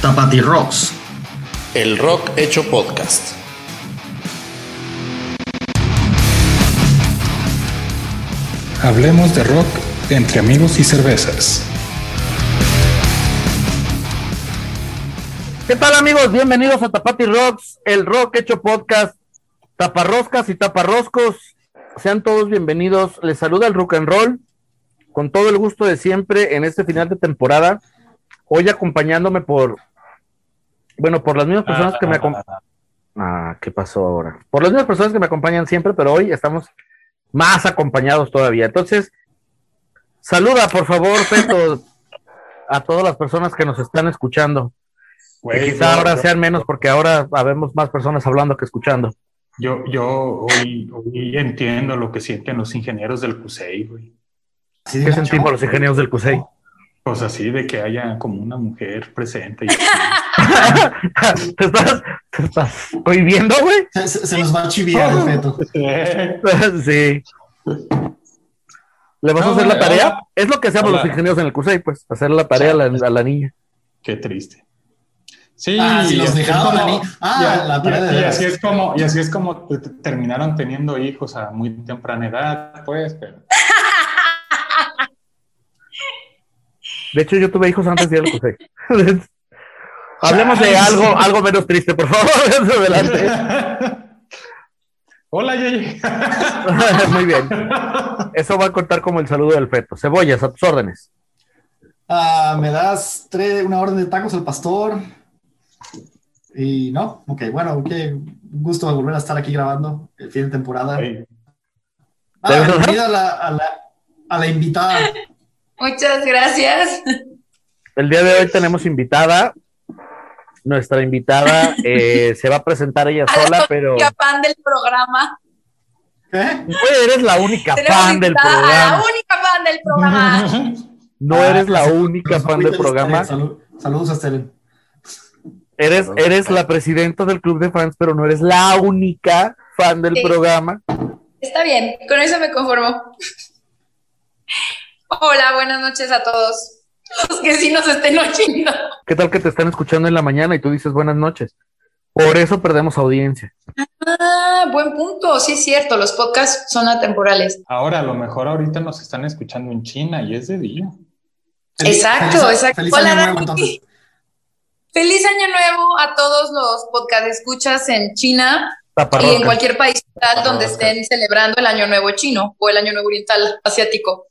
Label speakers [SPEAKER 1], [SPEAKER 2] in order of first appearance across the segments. [SPEAKER 1] Tapati Rocks.
[SPEAKER 2] El rock hecho podcast.
[SPEAKER 3] Hablemos de rock entre amigos y cervezas.
[SPEAKER 4] ¿Qué tal amigos? Bienvenidos a Tapati Rocks, el rock hecho podcast. Taparroscas y taparroscos, sean todos bienvenidos. Les saluda el rock and roll con todo el gusto de siempre en este final de temporada. Hoy acompañándome por, bueno, por las mismas personas que me acompañan. Ah, ¿qué pasó ahora? Por las mismas personas que me acompañan siempre, pero hoy estamos más acompañados todavía. Entonces, saluda por favor, Peto, a todas las personas que nos están escuchando.
[SPEAKER 5] Güey,
[SPEAKER 4] que Pues, quizá
[SPEAKER 5] no,
[SPEAKER 4] ahora
[SPEAKER 5] Pues, yo-
[SPEAKER 4] sean menos porque ahora habemos más personas hablando que escuchando.
[SPEAKER 5] Yo, yo hoy, hoy entiendo lo que sienten los ingenieros del CUSEI, güey.
[SPEAKER 4] ¿Qué sentimos los ingenieros del CUSEI?
[SPEAKER 5] Pues así de que haya como una mujer presente. Y
[SPEAKER 4] ¿Te estás, te estás cohibiendo, güey?
[SPEAKER 6] Se, se- se nos va a chiviar, Feto.
[SPEAKER 4] Sí. ¿Le vas a
[SPEAKER 5] No,
[SPEAKER 4] hacer la
[SPEAKER 5] bueno,
[SPEAKER 4] tarea?
[SPEAKER 5] ahora-
[SPEAKER 4] Es lo que hacemos
[SPEAKER 5] ahora-
[SPEAKER 4] los ingenieros en el CUSEI, pues, hacer la tarea a la, a la niña.
[SPEAKER 5] Qué triste. Sí,
[SPEAKER 6] Ah, si
[SPEAKER 5] y
[SPEAKER 6] los
[SPEAKER 5] así
[SPEAKER 6] dejaron
[SPEAKER 5] es
[SPEAKER 6] con la
[SPEAKER 5] como-
[SPEAKER 6] ni- Ah,
[SPEAKER 5] y a-
[SPEAKER 6] la
[SPEAKER 5] y,
[SPEAKER 6] pared de
[SPEAKER 5] y
[SPEAKER 6] veras.
[SPEAKER 5] así es como, y así es como te- te- terminaron teniendo hijos a muy temprana edad, pues, pero
[SPEAKER 4] De hecho, yo tuve hijos antes de ir al CUSEI. Hablemos de algo, algo menos triste, por favor. Adelante.
[SPEAKER 5] Hola, Yeye.
[SPEAKER 4] Muy bien. Eso va a contar como el saludo del feto. Cebollas, a tus órdenes.
[SPEAKER 6] Ah, me das tres, una orden de tacos al pastor. Y no, ok, bueno, qué gusto volver a estar aquí grabando el fin de temporada.
[SPEAKER 5] Ay,
[SPEAKER 6] Ah,
[SPEAKER 4] ¿De verdad?
[SPEAKER 6] bienvenida a la, a la- a la invitada.
[SPEAKER 7] Muchas gracias.
[SPEAKER 4] El día de hoy tenemos invitada. Nuestra invitada eh, se va a presentar ella
[SPEAKER 7] A la
[SPEAKER 4] sola, pero
[SPEAKER 7] única fan del programa.
[SPEAKER 6] ¿Qué?
[SPEAKER 4] no eres la única
[SPEAKER 7] Tenemos
[SPEAKER 4] fan del
[SPEAKER 7] invitada A
[SPEAKER 4] programa.
[SPEAKER 7] la única fan del
[SPEAKER 4] Ah.
[SPEAKER 7] programa.
[SPEAKER 4] No
[SPEAKER 6] Ah,
[SPEAKER 4] eres la
[SPEAKER 6] sí,
[SPEAKER 4] única
[SPEAKER 6] Los
[SPEAKER 4] fan
[SPEAKER 6] favoritos de
[SPEAKER 4] del programa.
[SPEAKER 6] Steren. Salud- saludos a Steren.
[SPEAKER 4] Eres, eres la presidenta del club de fans, pero no eres la única fan del
[SPEAKER 7] Sí.
[SPEAKER 4] programa.
[SPEAKER 7] Está bien, con eso me conformo. Hola, buenas noches a todos. Los que sí nos estén oyendo.
[SPEAKER 4] ¿Qué tal que te están escuchando en la mañana y tú dices buenas noches? Por eso perdemos audiencia.
[SPEAKER 7] Ah, buen punto. Sí, es cierto. Los podcasts son atemporales.
[SPEAKER 5] Ahora, a lo mejor ahorita nos están escuchando en China y es de día.
[SPEAKER 6] Feliz-
[SPEAKER 7] exacto,
[SPEAKER 6] feliz-
[SPEAKER 7] exacto.
[SPEAKER 6] Feliz
[SPEAKER 7] Hola,
[SPEAKER 6] año nuevo,
[SPEAKER 7] Dani.
[SPEAKER 6] entonces.
[SPEAKER 7] Feliz año nuevo a todos los podcast escuchas en China y en
[SPEAKER 4] Taparroscas.
[SPEAKER 7] cualquier país oriental donde
[SPEAKER 5] Taparroscas.
[SPEAKER 7] estén celebrando el año nuevo chino o el año nuevo oriental asiático.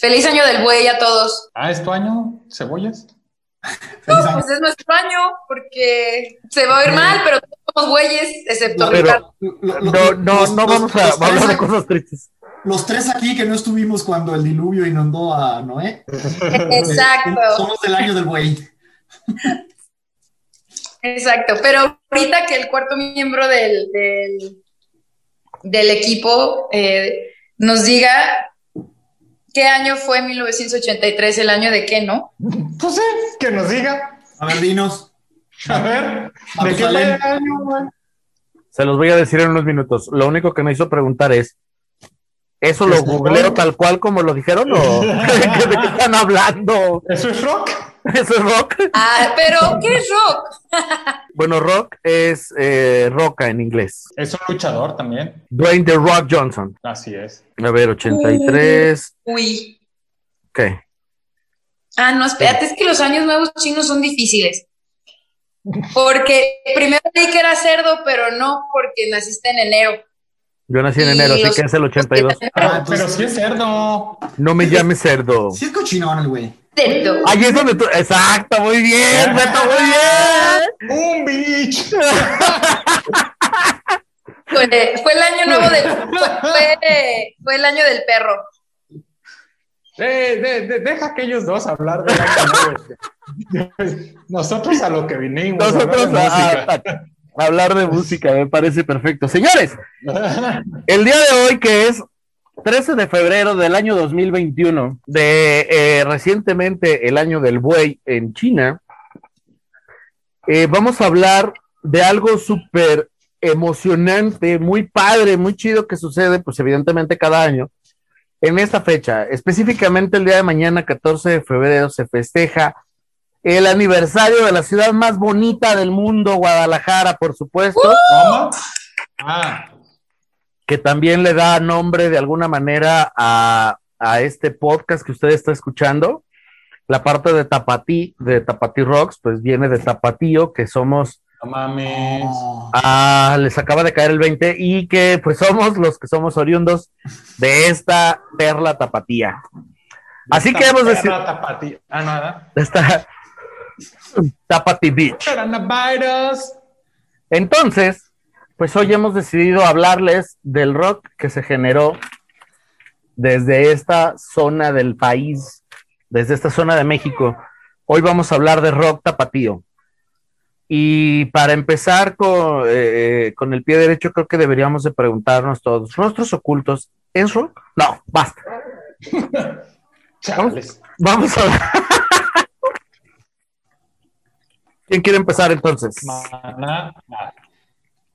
[SPEAKER 7] Feliz año del buey a todos.
[SPEAKER 5] Ah, ¿es tu año, cebollas?
[SPEAKER 6] Feliz año.
[SPEAKER 7] Pues es nuestro año porque se va a oír mal, pero todos somos güeyes, excepto
[SPEAKER 4] Pero-
[SPEAKER 7] Ricardo.
[SPEAKER 6] Lo- lo-
[SPEAKER 4] No,
[SPEAKER 6] lo-
[SPEAKER 4] no,
[SPEAKER 6] los-
[SPEAKER 4] no
[SPEAKER 6] los-
[SPEAKER 4] vamos a
[SPEAKER 6] los
[SPEAKER 4] a hablar de
[SPEAKER 6] tres-
[SPEAKER 4] cosas tristes.
[SPEAKER 6] Los tres aquí que no estuvimos cuando el diluvio inundó a Noé.
[SPEAKER 7] Exacto,
[SPEAKER 6] Somos del año del buey.
[SPEAKER 7] exacto. Pero ahorita que el cuarto miembro del, del, del equipo eh, nos diga qué año fue 1983, el año de qué, ¿no?
[SPEAKER 5] Pues sí, que nos diga.
[SPEAKER 6] A ver, dinos.
[SPEAKER 5] A ver, ¿de qué
[SPEAKER 6] Matusalén.
[SPEAKER 5] año, güey?
[SPEAKER 4] Se los voy a decir en unos minutos. Lo único que me hizo preguntar es, ¿eso lo
[SPEAKER 5] ¿Es
[SPEAKER 4] googleo
[SPEAKER 5] mejor?
[SPEAKER 4] tal cual como lo dijeron o de qué están hablando?
[SPEAKER 5] ¿Eso es rock?
[SPEAKER 4] ¿Eso es rock?
[SPEAKER 7] Ah, pero ¿qué es rock?
[SPEAKER 4] Bueno, rock es eh, roca en inglés.
[SPEAKER 5] Es un luchador también.
[SPEAKER 4] Dwayne The Rock Johnson.
[SPEAKER 5] Así es.
[SPEAKER 4] A ver, 83.
[SPEAKER 7] Uy.
[SPEAKER 4] ¿Qué?
[SPEAKER 7] Ah, no, espérate, es que los años nuevos chinos son difíciles. Porque primero creí que era cerdo, pero no, porque naciste en enero.
[SPEAKER 4] Yo nací en
[SPEAKER 7] Y
[SPEAKER 4] enero, así
[SPEAKER 7] los-
[SPEAKER 4] que es el 82.
[SPEAKER 5] Pero,
[SPEAKER 6] Ah, entonces-
[SPEAKER 5] pero sí es cerdo.
[SPEAKER 4] No me llames cerdo.
[SPEAKER 6] Sí es cochinón el güey.
[SPEAKER 7] Cerdo.
[SPEAKER 4] Ahí es donde tú. Exacto, muy bien, Beto, muy bien.
[SPEAKER 5] ¡Un bitch!
[SPEAKER 7] Fue, fue el año nuevo del. Fue, fue el año del perro.
[SPEAKER 5] Eh, de- de- deja que ellos dos hablar de año nuevo. Nosotros a lo que vinimos.
[SPEAKER 4] Nosotros
[SPEAKER 5] hablar de
[SPEAKER 4] a- a- a hablar de música, me parece perfecto. Señores,
[SPEAKER 5] música.
[SPEAKER 4] El día de hoy, que es 13 de febrero del año 2021, de eh, recientemente el año del buey en China, eh, vamos a hablar de algo súper emocionante, muy padre, muy chido que sucede, pues evidentemente cada año, en esta fecha. Específicamente el día de mañana, 14 de febrero, se festeja el aniversario de la ciudad más bonita del mundo, Guadalajara, por supuesto,
[SPEAKER 5] ¿Cómo? Ah,
[SPEAKER 4] que también le da nombre de alguna manera a, a este podcast que usted está escuchando. La parte de Tapatí, de Tapatí Rocks, pues viene de Tapatío, que somos
[SPEAKER 5] no mames.
[SPEAKER 4] Ah, les acaba de caer el 20 y que pues somos los que somos oriundos de esta perla tapatía. Así
[SPEAKER 5] Esta
[SPEAKER 4] que hemos
[SPEAKER 5] perra
[SPEAKER 4] decidido
[SPEAKER 5] tapatía. Ah, nada.
[SPEAKER 4] esta Tapati Beach.
[SPEAKER 5] Coronavirus.
[SPEAKER 4] Entonces, pues hoy hemos decidido hablarles del rock que se generó desde esta zona del país, desde esta zona de México. Hoy vamos a hablar de rock tapatío. Y para empezar con, eh, con el pie derecho, creo que deberíamos de preguntarnos todos, ¿rostros ocultos es rock? No, basta.
[SPEAKER 5] Chavales.
[SPEAKER 4] Vamos a hablar. ¿Quién quiere empezar entonces?
[SPEAKER 5] Maná. Ah,
[SPEAKER 6] A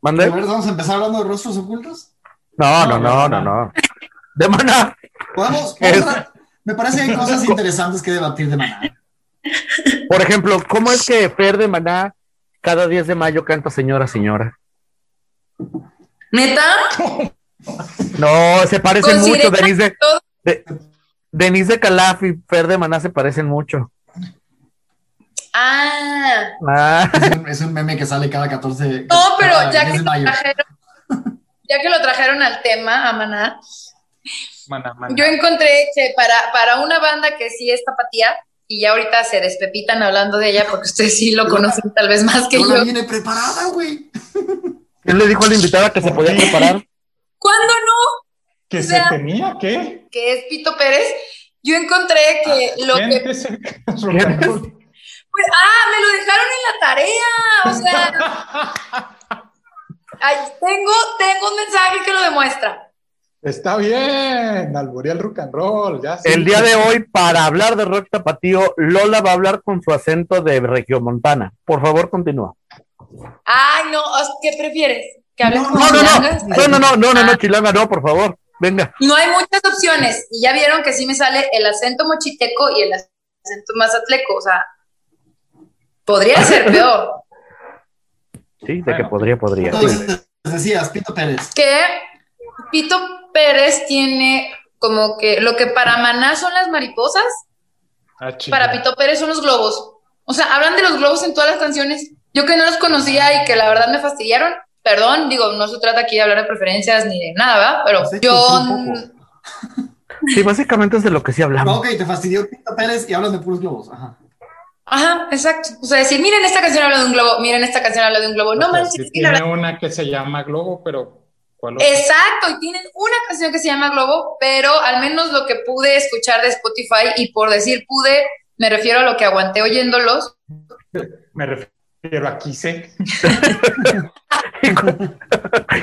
[SPEAKER 4] ¿Mande?
[SPEAKER 6] ver, vamos a empezar hablando de rostros ocultos.
[SPEAKER 4] No, no, no, no, no. De maná.
[SPEAKER 6] Podemos.
[SPEAKER 4] Es-
[SPEAKER 6] otra- Me parece que hay cosas interesantes que debatir de maná.
[SPEAKER 4] Por ejemplo, ¿cómo es que Fer de Maná cada 10 de mayo canta Señora, Señora?
[SPEAKER 7] ¿Neta?
[SPEAKER 4] No, se parecen
[SPEAKER 7] Considera-
[SPEAKER 4] mucho. Denise de,
[SPEAKER 7] Todo-
[SPEAKER 4] de- Denise de Calaf y Fer de Maná se parecen mucho.
[SPEAKER 7] Ah,
[SPEAKER 4] Ah,
[SPEAKER 6] Es un, es un meme que sale cada 14.
[SPEAKER 7] no, pero
[SPEAKER 6] cada
[SPEAKER 7] ya
[SPEAKER 6] 10
[SPEAKER 7] que,
[SPEAKER 6] de
[SPEAKER 7] lo
[SPEAKER 6] mayo.
[SPEAKER 7] trajeron, ya que lo trajeron al tema, a Maná,
[SPEAKER 5] Maná, maná.
[SPEAKER 7] yo encontré que para, para una banda que sí es tapatía, y ya ahorita se despepitan hablando de ella porque ustedes sí lo conocen tal vez más que
[SPEAKER 6] No la
[SPEAKER 7] yo.
[SPEAKER 6] viene preparada, güey.
[SPEAKER 4] ¿Quién le dijo a la invitada que se podía preparar?
[SPEAKER 7] ¿Cuándo no?
[SPEAKER 5] ¿Que se
[SPEAKER 7] sea-
[SPEAKER 5] tenía que?
[SPEAKER 7] Que es Pito Pérez. Yo encontré que
[SPEAKER 5] Ah,
[SPEAKER 7] lo que
[SPEAKER 5] Siéntese.
[SPEAKER 7] Pues, ah, me lo dejaron en la tarea. O sea, ay, tengo, tengo un mensaje que lo demuestra.
[SPEAKER 5] Está bien. Alborea el rock and roll. Ya sí.
[SPEAKER 4] El día de hoy, para hablar de rock tapatío, Lola va a hablar con su acento de Regiomontana. Por favor, continúa.
[SPEAKER 7] Ay, no, o- ¿qué prefieres? ¿Que hables
[SPEAKER 6] No,
[SPEAKER 7] con
[SPEAKER 4] No, no,
[SPEAKER 7] chilangas?
[SPEAKER 4] no, no, no, no, no, no, no, Chilanga, no, por favor. Venga.
[SPEAKER 7] No hay muchas opciones. Y ya vieron que sí me sale el acento mochiteco y el acento mazatleco. O sea, podría ser peor.
[SPEAKER 4] Sí, de que
[SPEAKER 5] Bueno.
[SPEAKER 4] podría, podría.
[SPEAKER 6] Entonces, decías, Pito Pérez.
[SPEAKER 7] Que Pito Pérez tiene como que lo que para Maná son las mariposas,
[SPEAKER 5] Ah, chinga.
[SPEAKER 7] para Pito Pérez son los globos. O sea, hablan de los globos en todas las canciones. Yo que no los conocía y que la verdad me fastidiaron. Perdón, digo, no se trata aquí de hablar de preferencias ni de nada, ¿verdad? Pero
[SPEAKER 6] Pues es que
[SPEAKER 7] yo.
[SPEAKER 6] sí, un
[SPEAKER 4] Sí, básicamente es de lo que sí hablamos.
[SPEAKER 6] No, ok, te fastidió Pito Pérez y hablas de puros globos. Ajá.
[SPEAKER 7] Ajá, exacto. O sea, decir, miren, esta canción habla de un globo, miren, esta canción habla de un globo. No
[SPEAKER 5] O sea,
[SPEAKER 7] manches,
[SPEAKER 5] sí
[SPEAKER 7] es que la
[SPEAKER 5] tiene
[SPEAKER 7] verdad-
[SPEAKER 5] una que se llama Globo, pero ¿cuál otra?
[SPEAKER 7] Exacto, y tienen una canción que se llama Globo, pero al menos lo que pude escuchar de Spotify, y por decir pude, me refiero a lo que aguanté oyéndolos,
[SPEAKER 5] Me refiero a quise.
[SPEAKER 4] Y cu-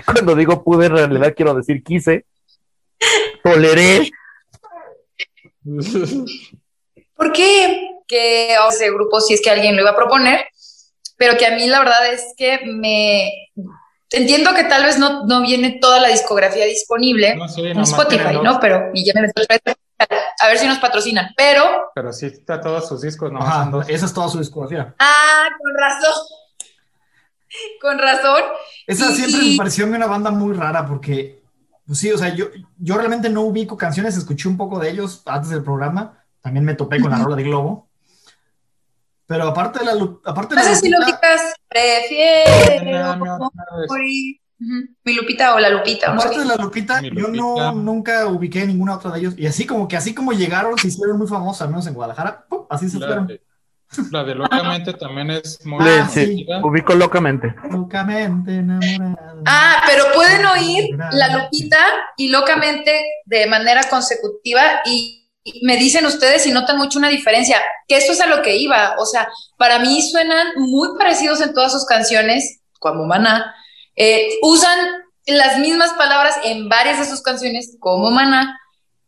[SPEAKER 4] Cuando digo pude, en realidad quiero decir quise. Toleré.
[SPEAKER 7] ¿Por qué? Que o ese grupo, si es que alguien lo iba a proponer, pero que a mí la verdad es que me entiendo que tal vez no, no viene toda la discografía disponible
[SPEAKER 5] No sé,
[SPEAKER 7] en
[SPEAKER 5] nomás
[SPEAKER 7] Spotify,
[SPEAKER 5] tiene dos,
[SPEAKER 7] ¿no? Pero y ya me metí otra vez a ver si nos patrocinan. Pero,
[SPEAKER 5] Pero sí está todos sus discos, nomás son
[SPEAKER 6] Ajá,
[SPEAKER 5] dos.
[SPEAKER 6] esa es toda su discografía.
[SPEAKER 7] ah, con razón, con razón.
[SPEAKER 6] Esa
[SPEAKER 7] Y-
[SPEAKER 6] siempre
[SPEAKER 7] y-
[SPEAKER 6] me pareció a mí una banda muy rara porque, pues sí, o sea, yo, yo realmente no ubico canciones, escuché un poco de ellos antes del programa, también me topé con la rola de Globo. Pero aparte de la... lu- Aparte de
[SPEAKER 7] No
[SPEAKER 6] la
[SPEAKER 7] sé si lo
[SPEAKER 6] Lupita-
[SPEAKER 7] ubicas,
[SPEAKER 5] Eh,
[SPEAKER 7] prefiero
[SPEAKER 5] Dame otra vez.
[SPEAKER 7] morir. Ujú, Mi Lupita o la Lupita, o no sé
[SPEAKER 6] Aparte de la Lupita,
[SPEAKER 5] Mi
[SPEAKER 6] yo
[SPEAKER 5] Lupita.
[SPEAKER 6] no, nunca ubiqué ninguna otra de ellos. Y así como que así como llegaron, se hicieron muy famosos, al menos en Guadalajara, ¡pum! así se
[SPEAKER 5] La
[SPEAKER 6] fueron.
[SPEAKER 5] de, la de Locamente también es muy
[SPEAKER 6] Ah,
[SPEAKER 4] Sí,
[SPEAKER 6] sí.
[SPEAKER 5] conocida.
[SPEAKER 4] Ubico locamente.
[SPEAKER 6] Locamente enamorado.
[SPEAKER 7] Ah, pero pueden oír la lupita y locamente de manera consecutiva y y me dicen ustedes si notan mucho una diferencia, que esto es a lo que iba, o sea, para mí suenan muy parecidos en todas sus canciones, como Maná, eh, usan las mismas palabras en varias de sus canciones, como Maná,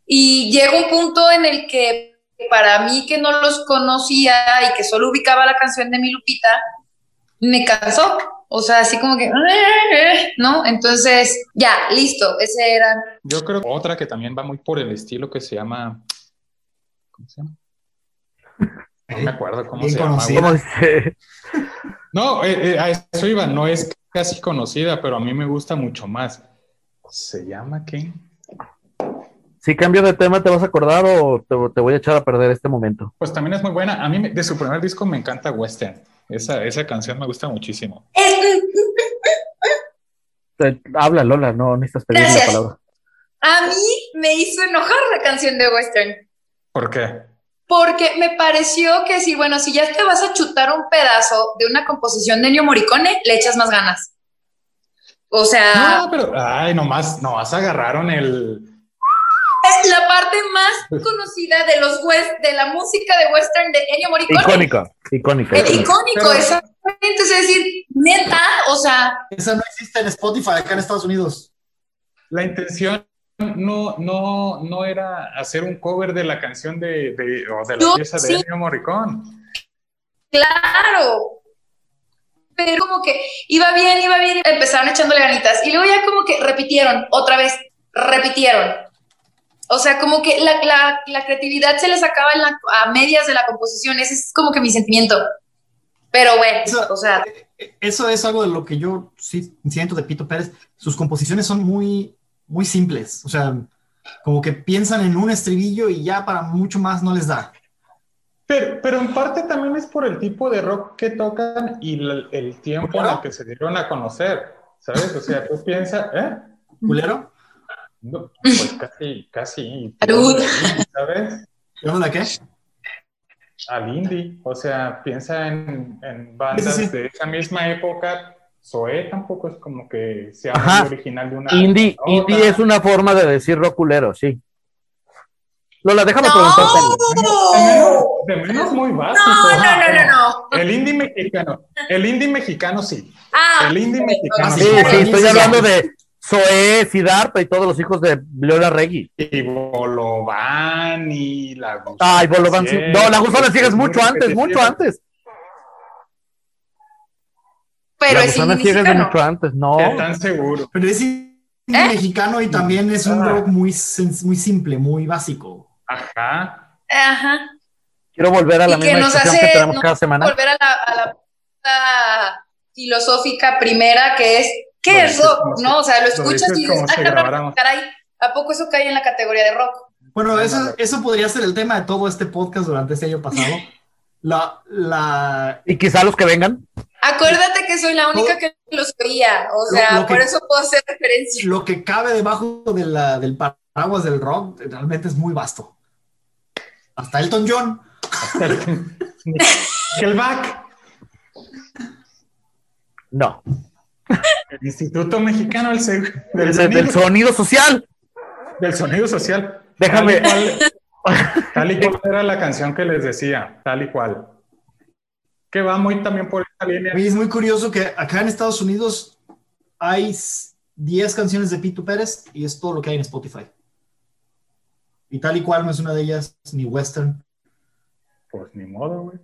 [SPEAKER 7] y llega un punto en el que para mí que no los conocía y que solo ubicaba la canción de mi Lupita, me cansó. O sea, así como que, "Ah, ¿no? Entonces, ya, listo, ese era.
[SPEAKER 5] Yo creo que otra que también va muy por el estilo que se llama. ¿Cómo se llama? No me acuerdo cómo
[SPEAKER 6] Bien
[SPEAKER 5] se llama.
[SPEAKER 6] conocida.
[SPEAKER 5] güey.
[SPEAKER 4] ¿Cómo dice?
[SPEAKER 5] No, eh, eh, a eso iba, no es casi conocida, pero a mí me gusta mucho más. ¿Se llama qué?
[SPEAKER 4] Si cambias de tema, ¿te vas a acordar o te, te voy a echar a perder este momento?
[SPEAKER 5] Pues también es muy buena. A mí me- de su primer disco me encanta Western. Esa, esa canción me gusta muchísimo.
[SPEAKER 4] Te- habla, Lola, no necesitas pedir la
[SPEAKER 7] Gracias.
[SPEAKER 4] palabra.
[SPEAKER 7] A mí me hizo enojar la canción de Western.
[SPEAKER 5] ¿Por qué?
[SPEAKER 7] Porque me pareció que sí, bueno, si ya te vas a chutar un pedazo de una composición de Ennio Morricone, le echas más ganas. O sea,
[SPEAKER 5] No, pero, ay, nomás, nomás agarraron el.
[SPEAKER 7] es la parte más conocida de los west, de la música de western de Ennio Morricone.
[SPEAKER 4] Icónica, icónica.
[SPEAKER 7] El
[SPEAKER 4] icónica.
[SPEAKER 7] icónico,
[SPEAKER 5] Pero-
[SPEAKER 7] exactamente. Es decir, neta, o sea,
[SPEAKER 6] Esa no existe en Spotify acá en Estados Unidos.
[SPEAKER 5] La intención no, no, no era hacer un cover de la canción de, de- o de la
[SPEAKER 7] Yo
[SPEAKER 5] pieza de
[SPEAKER 7] sí.
[SPEAKER 5] Ennio Morricón.
[SPEAKER 7] claro. Pero como que iba bien, iba bien, empezaron echándole ganitas. Y luego ya como que repitieron, otra vez, repitieron. O sea, como que la, la- la creatividad se les acaba en la- a medias de la composición. Ese es como que mi sentimiento. Pero bueno,
[SPEAKER 6] Eso-
[SPEAKER 7] o sea,
[SPEAKER 6] E- Eso es algo de lo que yo sí siento de Pito Pérez. Sus composiciones son muy, muy simples. O sea, como que piensan en un estribillo y ya para mucho más no les da.
[SPEAKER 5] Pero, pero en parte también es por el tipo de rock que tocan y la- el tiempo en el que se dieron a conocer, ¿sabes? O sea, tú piensas, ¿eh?
[SPEAKER 6] ¿Culero?
[SPEAKER 5] No, pues casi, casi.
[SPEAKER 7] Salud.
[SPEAKER 5] ¿Sabes?
[SPEAKER 6] ¿Yo la qué?
[SPEAKER 5] al indie. O sea, piensa en, en bandas
[SPEAKER 6] Sí, sí, sí.
[SPEAKER 5] de esa misma época. Zoé tampoco es como que sea
[SPEAKER 4] Ajá.
[SPEAKER 5] muy original de una.
[SPEAKER 4] Indie,
[SPEAKER 5] otra.
[SPEAKER 4] indie es una forma de decir rock culero, sí. Lola, déjame
[SPEAKER 7] No.
[SPEAKER 4] preguntarte algo.
[SPEAKER 5] De menos, de menos muy básico.
[SPEAKER 7] No,
[SPEAKER 5] Ajá,
[SPEAKER 7] no, no,
[SPEAKER 5] pero
[SPEAKER 7] no,
[SPEAKER 5] El indie mexicano. El indie mexicano sí.
[SPEAKER 7] ah,
[SPEAKER 5] El indie mexicano
[SPEAKER 6] Ah,
[SPEAKER 4] Sí, sí, estoy hablando de Zoé, Sidarta y todos los hijos de Lola Regui.
[SPEAKER 5] Y Bolovan y la Gusana
[SPEAKER 4] Ay, Bolovan, sí.
[SPEAKER 5] Ciega.
[SPEAKER 4] no, la gusana ciega es
[SPEAKER 5] muy
[SPEAKER 4] mucho antes,
[SPEAKER 5] repetitiva.
[SPEAKER 4] mucho antes.
[SPEAKER 7] pero
[SPEAKER 4] la
[SPEAKER 7] es
[SPEAKER 4] gusana ciega es de
[SPEAKER 7] indígena.
[SPEAKER 4] mucho antes, no.
[SPEAKER 5] ¿Están seguros?
[SPEAKER 6] Pero es mexicano y también es un
[SPEAKER 5] Ah.
[SPEAKER 6] rock muy, sen- muy simple, muy básico.
[SPEAKER 5] Ajá.
[SPEAKER 7] Ajá.
[SPEAKER 4] Quiero volver a la
[SPEAKER 7] Y que
[SPEAKER 4] misma
[SPEAKER 7] nos
[SPEAKER 4] discusión
[SPEAKER 7] hace-
[SPEAKER 4] que tenemos
[SPEAKER 7] nos
[SPEAKER 4] cada semana.
[SPEAKER 7] volver a la, a la pregunta filosófica primera que es ¿qué
[SPEAKER 5] Lo
[SPEAKER 7] es
[SPEAKER 5] dices
[SPEAKER 7] rock?
[SPEAKER 5] como si-
[SPEAKER 7] ¿no? O sea, lo escuchas
[SPEAKER 5] dices
[SPEAKER 7] y dices,
[SPEAKER 5] como si
[SPEAKER 7] ah, cabrón,
[SPEAKER 5] grabáramos".
[SPEAKER 7] caray, ¿a poco eso cae en la categoría de rock?
[SPEAKER 6] Bueno,
[SPEAKER 5] Ah,
[SPEAKER 6] eso,
[SPEAKER 5] no, no.
[SPEAKER 6] eso podría ser el tema de todo este podcast durante este año pasado. La, la,
[SPEAKER 4] Y quizá los que vengan.
[SPEAKER 7] Acuérdate que soy la única que los oía,
[SPEAKER 6] Lo-
[SPEAKER 7] o sea,
[SPEAKER 6] lo que-
[SPEAKER 7] por eso puedo hacer referencia.
[SPEAKER 6] lo que cabe debajo de la, del paraguas del rock realmente es muy vasto. Hasta Elton John.
[SPEAKER 5] Nickelback,
[SPEAKER 4] No.
[SPEAKER 5] el Instituto Mexicano del, Se- del
[SPEAKER 4] Del, del
[SPEAKER 5] Sonido-
[SPEAKER 4] sonido social.
[SPEAKER 5] del Sonido Social.
[SPEAKER 4] Déjame.
[SPEAKER 5] Tal y, cual, tal y cual era la canción que les decía, tal y cual. Que va muy también por esta línea.
[SPEAKER 6] Oye, es muy curioso que acá en Estados Unidos hay s- 10 canciones de Pito Pérez y es todo lo que hay en Spotify. Y tal y cual no es una de ellas, ni western.
[SPEAKER 5] Pues ni modo, güey.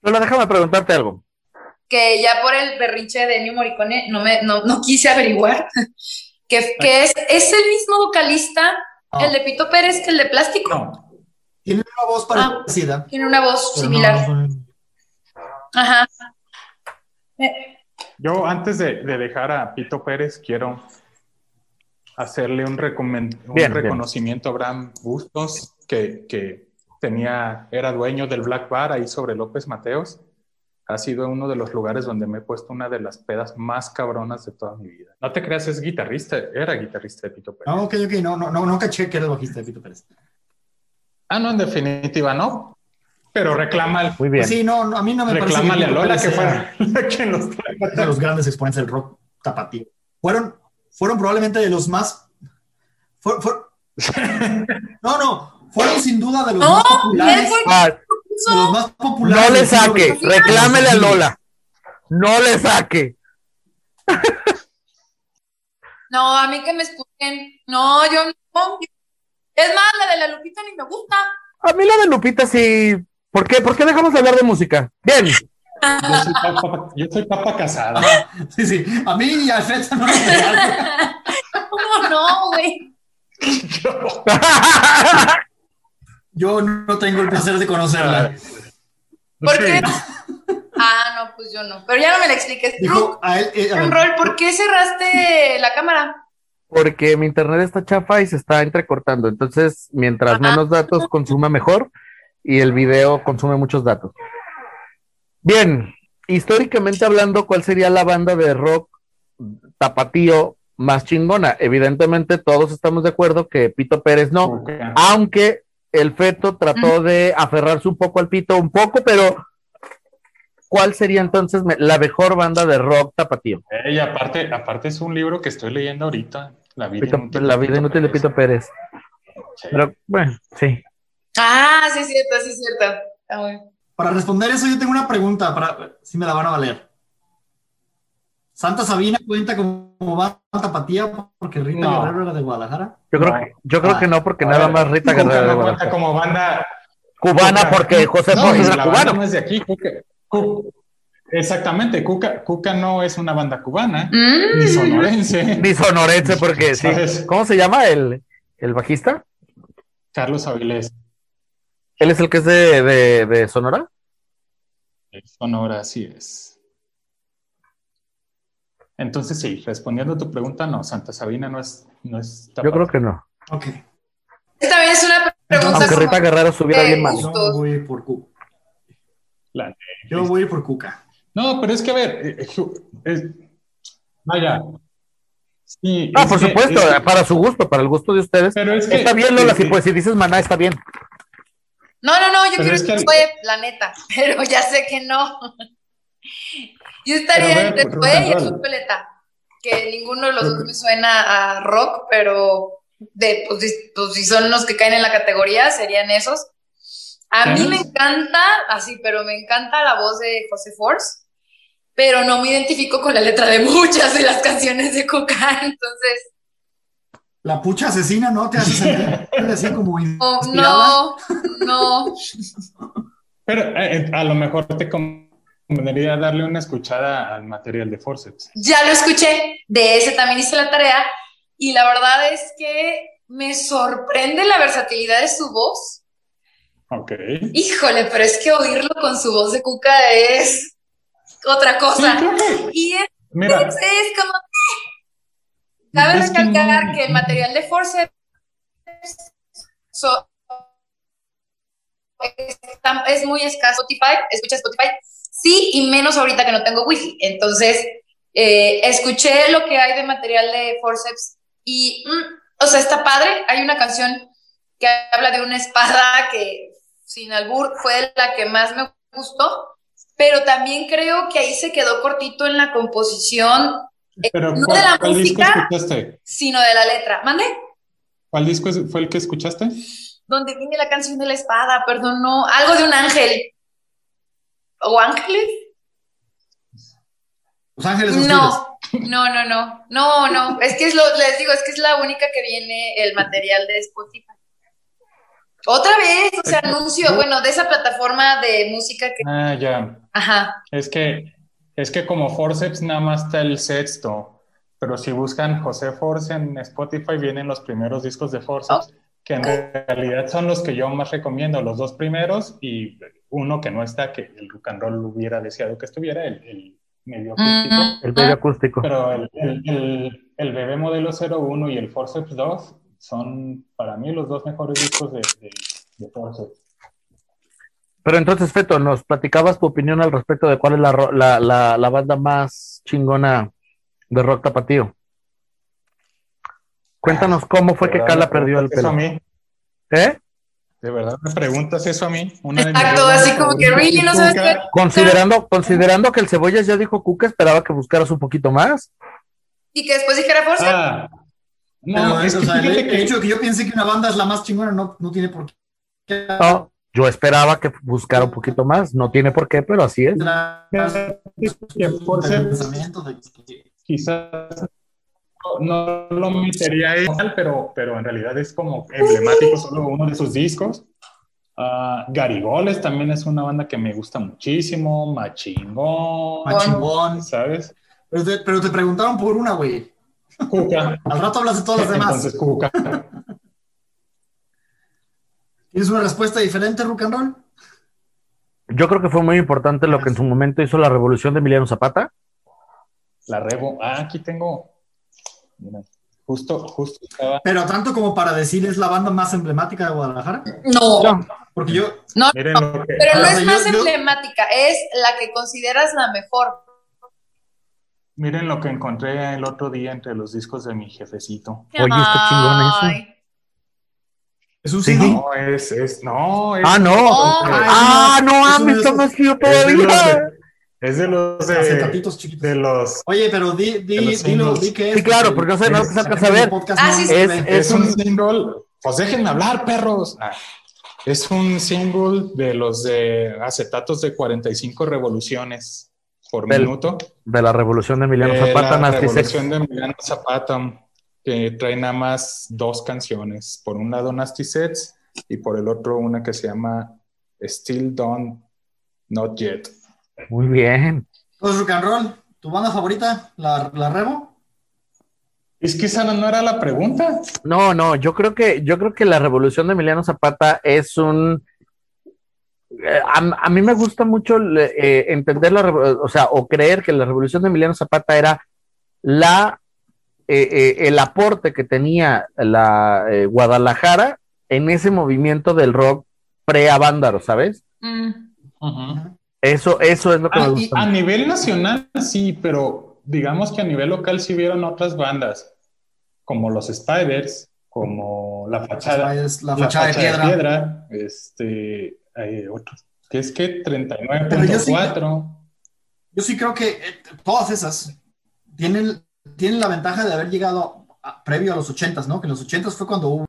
[SPEAKER 4] Lola, déjame preguntarte algo.
[SPEAKER 7] Que ya por el berrinche de New Morricone no, me, no, no quise averiguar. que, que es, es el mismo vocalista,
[SPEAKER 6] No,
[SPEAKER 7] el de Pito Pérez, que el de Plástico.
[SPEAKER 5] No,
[SPEAKER 6] Tiene una voz parecida.
[SPEAKER 7] Tiene una Ah, voz
[SPEAKER 6] pero no,
[SPEAKER 7] similar.
[SPEAKER 6] son-
[SPEAKER 7] Ajá.
[SPEAKER 5] yo antes de, de dejar a Pito Pérez, quiero hacerle un, recomen- un
[SPEAKER 4] Bien, bien.
[SPEAKER 5] reconocimiento a Abraham Bustos, que, que tenía, era dueño del Black Bar ahí sobre López Mateos. Ha sido uno de los lugares donde me he puesto una de las pedas más cabronas de toda mi vida. No te creas, es guitarrista, era guitarrista de Pito Pérez.
[SPEAKER 6] No, Ah, ok, ok, no, no, no, no caché que era el bajista de Pito Pérez.
[SPEAKER 5] Ah, no, en definitiva no. Pero reclama,
[SPEAKER 4] Muy bien.
[SPEAKER 6] Sí, no, no, a mí no me parece.
[SPEAKER 5] reclámale a
[SPEAKER 6] Pito
[SPEAKER 5] Lola
[SPEAKER 6] Pérez
[SPEAKER 5] que fue
[SPEAKER 6] sea-
[SPEAKER 5] la que nos trajo.
[SPEAKER 6] de los grandes exponentes del rock tapatío. Fueron, fueron probablemente de los más. fue- fue- no, no, fueron sin duda de los
[SPEAKER 7] No,
[SPEAKER 6] más populares.
[SPEAKER 7] él fue-
[SPEAKER 4] Ah,
[SPEAKER 6] de los más populares
[SPEAKER 4] no le
[SPEAKER 6] del siglo
[SPEAKER 4] saque.
[SPEAKER 6] XX.
[SPEAKER 4] Reclámele a Lola. No le saque.
[SPEAKER 7] No, a mí que me escuchen. No, yo no. Es más, la de la Lupita ni me gusta.
[SPEAKER 4] A mí la de Lupita sí. ¿Por qué? ¿Por qué dejamos de hablar de música? Bien.
[SPEAKER 5] Yo soy papa, yo soy papa casada.
[SPEAKER 6] Sí, sí. A mí y a Fred no les regalan.
[SPEAKER 7] ¿Cómo no, güey?
[SPEAKER 6] Yo no tengo el placer de conocerla.
[SPEAKER 7] ¿Por qué? Ah, no, pues yo no. Pero ya no me la expliques.
[SPEAKER 6] Dijo
[SPEAKER 7] Rock
[SPEAKER 6] a él. eh, a
[SPEAKER 7] and
[SPEAKER 6] ver,
[SPEAKER 7] roll, ¿por qué cerraste la cámara?
[SPEAKER 4] Porque mi internet está chafa y se está entrecortando. Entonces, mientras menos datos consuma mejor y el video consume muchos datos. Bien, históricamente hablando, ¿cuál sería la banda de rock tapatío más chingona? Evidentemente todos estamos de acuerdo que Pito Pérez no,
[SPEAKER 5] Ok.
[SPEAKER 4] aunque el feto trató de aferrarse un poco al pito, un poco, pero ¿cuál sería entonces me- la mejor banda de rock tapatío?
[SPEAKER 5] Eh, y aparte, aparte es un libro que estoy leyendo ahorita. La vida
[SPEAKER 4] Pito-
[SPEAKER 5] inútil,
[SPEAKER 4] la vida inútil de Pito Pérez.
[SPEAKER 5] Sí.
[SPEAKER 4] Pero bueno, sí.
[SPEAKER 7] Ah, sí, es cierto, sí, es cierto. Ah, Está muy bien.
[SPEAKER 6] Para responder eso, yo tengo una pregunta para si me la van a valer. ¿Santa Sabina cuenta como banda tapatía porque Rita
[SPEAKER 5] No.
[SPEAKER 6] Guerrero era de Guadalajara?
[SPEAKER 4] Yo creo
[SPEAKER 5] No.
[SPEAKER 4] que, yo creo
[SPEAKER 6] Ah,
[SPEAKER 4] que no, porque
[SPEAKER 5] a
[SPEAKER 4] nada
[SPEAKER 5] ver,
[SPEAKER 4] más Rita
[SPEAKER 5] Cuca
[SPEAKER 4] Guerrero de
[SPEAKER 5] no cuenta
[SPEAKER 4] Guadalajara.
[SPEAKER 5] como banda.
[SPEAKER 4] Cubana,
[SPEAKER 5] Cuca.
[SPEAKER 4] porque José
[SPEAKER 5] No,
[SPEAKER 4] Fortes
[SPEAKER 5] pues
[SPEAKER 4] era
[SPEAKER 5] la banda
[SPEAKER 4] cubano.
[SPEAKER 5] no es de aquí. Cuca- Cu- Exactamente, Cuca, Cuca no es una banda cubana,
[SPEAKER 7] Mm.
[SPEAKER 5] ni sonorense.
[SPEAKER 4] Ni sonorense, porque sí.
[SPEAKER 5] ¿Sabes?
[SPEAKER 4] ¿Cómo se llama el, el bajista?
[SPEAKER 5] Carlos Avilés,
[SPEAKER 4] ¿Él es el que es de, de- de Sonora?
[SPEAKER 5] Sonora, así es. Entonces sí, respondiendo a tu pregunta, no, Santa Sabina no es, no es
[SPEAKER 4] Yo
[SPEAKER 5] tapatía.
[SPEAKER 4] creo que no.
[SPEAKER 6] Ok.
[SPEAKER 7] Esta también es una pregunta
[SPEAKER 4] Aunque Rita
[SPEAKER 7] como,
[SPEAKER 4] Guerrero estuviera
[SPEAKER 7] Eh,
[SPEAKER 4] bien mal.
[SPEAKER 6] Yo
[SPEAKER 7] Todos.
[SPEAKER 6] voy por Cuca.
[SPEAKER 5] La-
[SPEAKER 6] Yo voy por Cuca.
[SPEAKER 5] No, pero es que a ver, eh, eh, ju- es- vaya. Sí,
[SPEAKER 4] Ah,
[SPEAKER 5] es
[SPEAKER 4] por
[SPEAKER 5] que-
[SPEAKER 4] supuesto,
[SPEAKER 5] es que-
[SPEAKER 4] para su gusto, para el gusto de ustedes.
[SPEAKER 5] pero es que-
[SPEAKER 4] Está bien, Lola,
[SPEAKER 5] es que-
[SPEAKER 4] si, pues, si dices maná, está bien.
[SPEAKER 7] No, no, no, yo
[SPEAKER 5] Pero
[SPEAKER 7] quiero
[SPEAKER 5] Pues es que
[SPEAKER 7] que
[SPEAKER 5] al-
[SPEAKER 7] fue planeta, pero ya sé que no. Yo
[SPEAKER 5] Pero
[SPEAKER 7] estaría
[SPEAKER 5] ve,
[SPEAKER 7] entre
[SPEAKER 5] rock
[SPEAKER 7] Zoe y
[SPEAKER 5] and
[SPEAKER 7] el
[SPEAKER 5] roll.
[SPEAKER 7] Zulpeleta, que ninguno de los dos me suena a rock, pero de, pues, dis- pues, si son los que caen en la categoría, serían esos. A mí
[SPEAKER 5] ¿Sí?
[SPEAKER 7] me encanta, así, pero me encanta la voz de José Force, pero no me identifico con la letra de muchas de las canciones de Cuca, entonces...
[SPEAKER 6] La pucha asesina no te hace sentir así como
[SPEAKER 7] Oh,
[SPEAKER 6] inspirada.
[SPEAKER 7] no, no.
[SPEAKER 5] Pero eh, a lo mejor te convendría darle una escuchada al material de Forceps.
[SPEAKER 7] Ya lo escuché, de ese también hice la tarea y la verdad es que me sorprende la versatilidad de su voz.
[SPEAKER 5] Ok.
[SPEAKER 7] Híjole, pero es que oírlo con su voz de cuca es otra
[SPEAKER 5] Sí,
[SPEAKER 7] cosa.
[SPEAKER 5] creo que-
[SPEAKER 7] Y es,
[SPEAKER 5] mira,
[SPEAKER 7] es como... Cabe
[SPEAKER 5] Es que no-
[SPEAKER 7] recalcar que el material de Force so- está- es muy escaso. Spotify, escucha Spotify. Sí, y menos ahorita que no tengo wifi. Entonces, eh, escuché lo que hay de material de Forceps y, mm, o sea, está padre. Hay una canción que habla de una espada que, sin albur, fue la que más me gustó, pero también creo que ahí se quedó cortito en la composición, eh,
[SPEAKER 5] pero
[SPEAKER 7] no de
[SPEAKER 5] ¿cuál,
[SPEAKER 7] la
[SPEAKER 5] cuál disco
[SPEAKER 7] música.
[SPEAKER 5] escuchaste?
[SPEAKER 7] sino de la letra. ¿Mande?
[SPEAKER 5] ¿Cuál disco es- fue el que escuchaste?
[SPEAKER 7] donde viene la canción de la espada, perdón, no, algo de un ángel. ¿O ángeles?
[SPEAKER 6] Los Ángeles Oscuros.
[SPEAKER 7] No, no, no, no, no, no, es que es lo, les digo, es que es la única que viene el material de Spotify. Otra vez, o sea, anuncio, bueno, de esa plataforma de música que,
[SPEAKER 5] Ah, ya.
[SPEAKER 7] ajá,
[SPEAKER 5] Es que, es que como Forceps nada más está el sexto, pero si buscan José Force en Spotify vienen los primeros discos de Forceps, que en realidad son los que yo más recomiendo, los dos primeros y uno que no está, que el rock and roll hubiera deseado que estuviera, el, el medio acústico,
[SPEAKER 7] Mm.
[SPEAKER 4] El medio acústico.
[SPEAKER 5] pero el, el, el, el Bebé Modelo 01 y el Forceps 2 son para mí los dos mejores discos de, de, de Forceps.
[SPEAKER 4] Pero entonces, Feto, nos platicabas tu opinión al respecto de cuál es la, ro- la, la- la banda más chingona de rock tapatío. Cuéntanos cómo fue que
[SPEAKER 5] ¿De verdad
[SPEAKER 4] Cala
[SPEAKER 5] me
[SPEAKER 4] perdió el
[SPEAKER 5] preguntas eso
[SPEAKER 4] pelo.
[SPEAKER 5] a mí?
[SPEAKER 4] ¿Eh?
[SPEAKER 5] ¿De verdad me preguntas eso a mí? Una de mis
[SPEAKER 7] Exacto,
[SPEAKER 5] dos
[SPEAKER 7] así
[SPEAKER 5] bandas
[SPEAKER 7] como que
[SPEAKER 5] favoritas
[SPEAKER 7] really
[SPEAKER 5] es
[SPEAKER 7] no sabes
[SPEAKER 5] Cuca.
[SPEAKER 7] qué-
[SPEAKER 4] Considerando, considerando que el Cebollas ya dijo Cuca, esperaba que buscaras un poquito más.
[SPEAKER 7] y que después dijera Force,
[SPEAKER 5] Ah, no,
[SPEAKER 6] Pero,
[SPEAKER 5] es que
[SPEAKER 6] o sea, el,
[SPEAKER 5] fíjate
[SPEAKER 6] el
[SPEAKER 5] que-
[SPEAKER 6] hecho de que yo piense que una banda es la más chingona no, no tiene por qué.
[SPEAKER 4] No, yo esperaba que buscara un poquito más. No tiene por qué, pero así es.
[SPEAKER 6] La-
[SPEAKER 5] que Forceps
[SPEAKER 6] pensamiento de que-
[SPEAKER 5] quizás no no lo metería ahí, pero, pero en realidad es como emblemático solo uno de sus discos. Ah, Garigoles también es una banda que me gusta muchísimo, Machingón,
[SPEAKER 6] Machingón.
[SPEAKER 5] ¿sabes?
[SPEAKER 6] Pero te, pero te preguntaron por una, güey.
[SPEAKER 5] Cuca,
[SPEAKER 6] Al rato hablas de todas las demás.
[SPEAKER 5] entonces Cuca.
[SPEAKER 6] ¿Tienes una respuesta diferente, Rock and Roll?
[SPEAKER 4] Yo creo que fue muy importante lo que en su momento hizo la revolución de Emiliano Zapata.
[SPEAKER 5] La rebo. Ah, aquí tengo. Mira, justo, justo estaba.
[SPEAKER 6] Pero tanto como para decir es la banda más emblemática de Guadalajara.
[SPEAKER 4] Ah.
[SPEAKER 7] No, no,
[SPEAKER 6] Porque yo,
[SPEAKER 5] Miren lo que-
[SPEAKER 7] pero no
[SPEAKER 6] Ahora,
[SPEAKER 7] es
[SPEAKER 6] yo-
[SPEAKER 7] más
[SPEAKER 6] yo-
[SPEAKER 7] emblemática, es la que consideras la mejor.
[SPEAKER 5] Miren lo que encontré el otro día entre los discos de mi jefecito.
[SPEAKER 4] Oye, está chingón eso.
[SPEAKER 7] Ay,
[SPEAKER 6] es un
[SPEAKER 4] Sí.
[SPEAKER 6] CD.
[SPEAKER 5] No, es, es, no, es,
[SPEAKER 4] Ah, no.
[SPEAKER 7] No.
[SPEAKER 4] Ah, no
[SPEAKER 6] Es uno de
[SPEAKER 4] mames, está
[SPEAKER 6] esos-
[SPEAKER 4] más que yo
[SPEAKER 5] es de los
[SPEAKER 4] todavía.
[SPEAKER 5] de, es de los de,
[SPEAKER 6] Acetatitos chiquitos.
[SPEAKER 5] de los
[SPEAKER 6] Oye, pero di,
[SPEAKER 5] De
[SPEAKER 6] di,
[SPEAKER 5] los
[SPEAKER 6] dilo,
[SPEAKER 5] singles.
[SPEAKER 6] di que es. eh,
[SPEAKER 4] Sí, claro, porque no sé, no se alcanza a ver.
[SPEAKER 6] podcast
[SPEAKER 7] Ah,
[SPEAKER 6] no
[SPEAKER 7] sí,
[SPEAKER 6] se
[SPEAKER 7] sí.
[SPEAKER 4] Es-
[SPEAKER 6] ve.
[SPEAKER 5] es un
[SPEAKER 4] un-
[SPEAKER 5] single, pues déjenme hablar, perros. Ah, es un single de los de acetatos de 45 revoluciones por
[SPEAKER 4] Del-
[SPEAKER 5] minuto.
[SPEAKER 4] De la revolución de Emiliano
[SPEAKER 5] Eh,
[SPEAKER 4] Zapata,
[SPEAKER 5] la
[SPEAKER 4] Nasty Sex.
[SPEAKER 5] revolución de Emiliano Zapata, que trae nada más dos canciones. Por un lado Nasty Sets y por el otro una que se llama Still Don't Not Yet.
[SPEAKER 4] Muy bien.
[SPEAKER 6] Entonces, rock and roll, ¿tu banda favorita? ¿La, la Remo?
[SPEAKER 5] Es que esa no era la pregunta.
[SPEAKER 4] No, no, yo creo que, yo creo que la revolución de Emiliano Zapata es un. eh, A, a mí me gusta mucho le- eh, entender la, revo- o sea, o creer que la revolución de Emiliano Zapata era la eh, eh, el aporte que tenía la eh, Guadalajara en ese movimiento del rock pre-Avándaro, ¿sabes?
[SPEAKER 7] mm.
[SPEAKER 4] Eso, eso es lo que
[SPEAKER 5] Ah,
[SPEAKER 4] me
[SPEAKER 5] y
[SPEAKER 4] gusta.
[SPEAKER 5] a nivel nacional sí, pero digamos que a nivel local sí vieron otras bandas, como los Spiders, como La Fachada,
[SPEAKER 6] Es la
[SPEAKER 5] La
[SPEAKER 6] fachada de
[SPEAKER 5] Fachada
[SPEAKER 6] piedra.
[SPEAKER 5] de Piedra, este, eh, otros, que es que 39.4.
[SPEAKER 6] Pero yo sí- Yo sí creo que eh, todas esas tienen, tienen la ventaja de haber llegado a- previo a los 80s, ¿no? Que en los 80s fue cuando hubo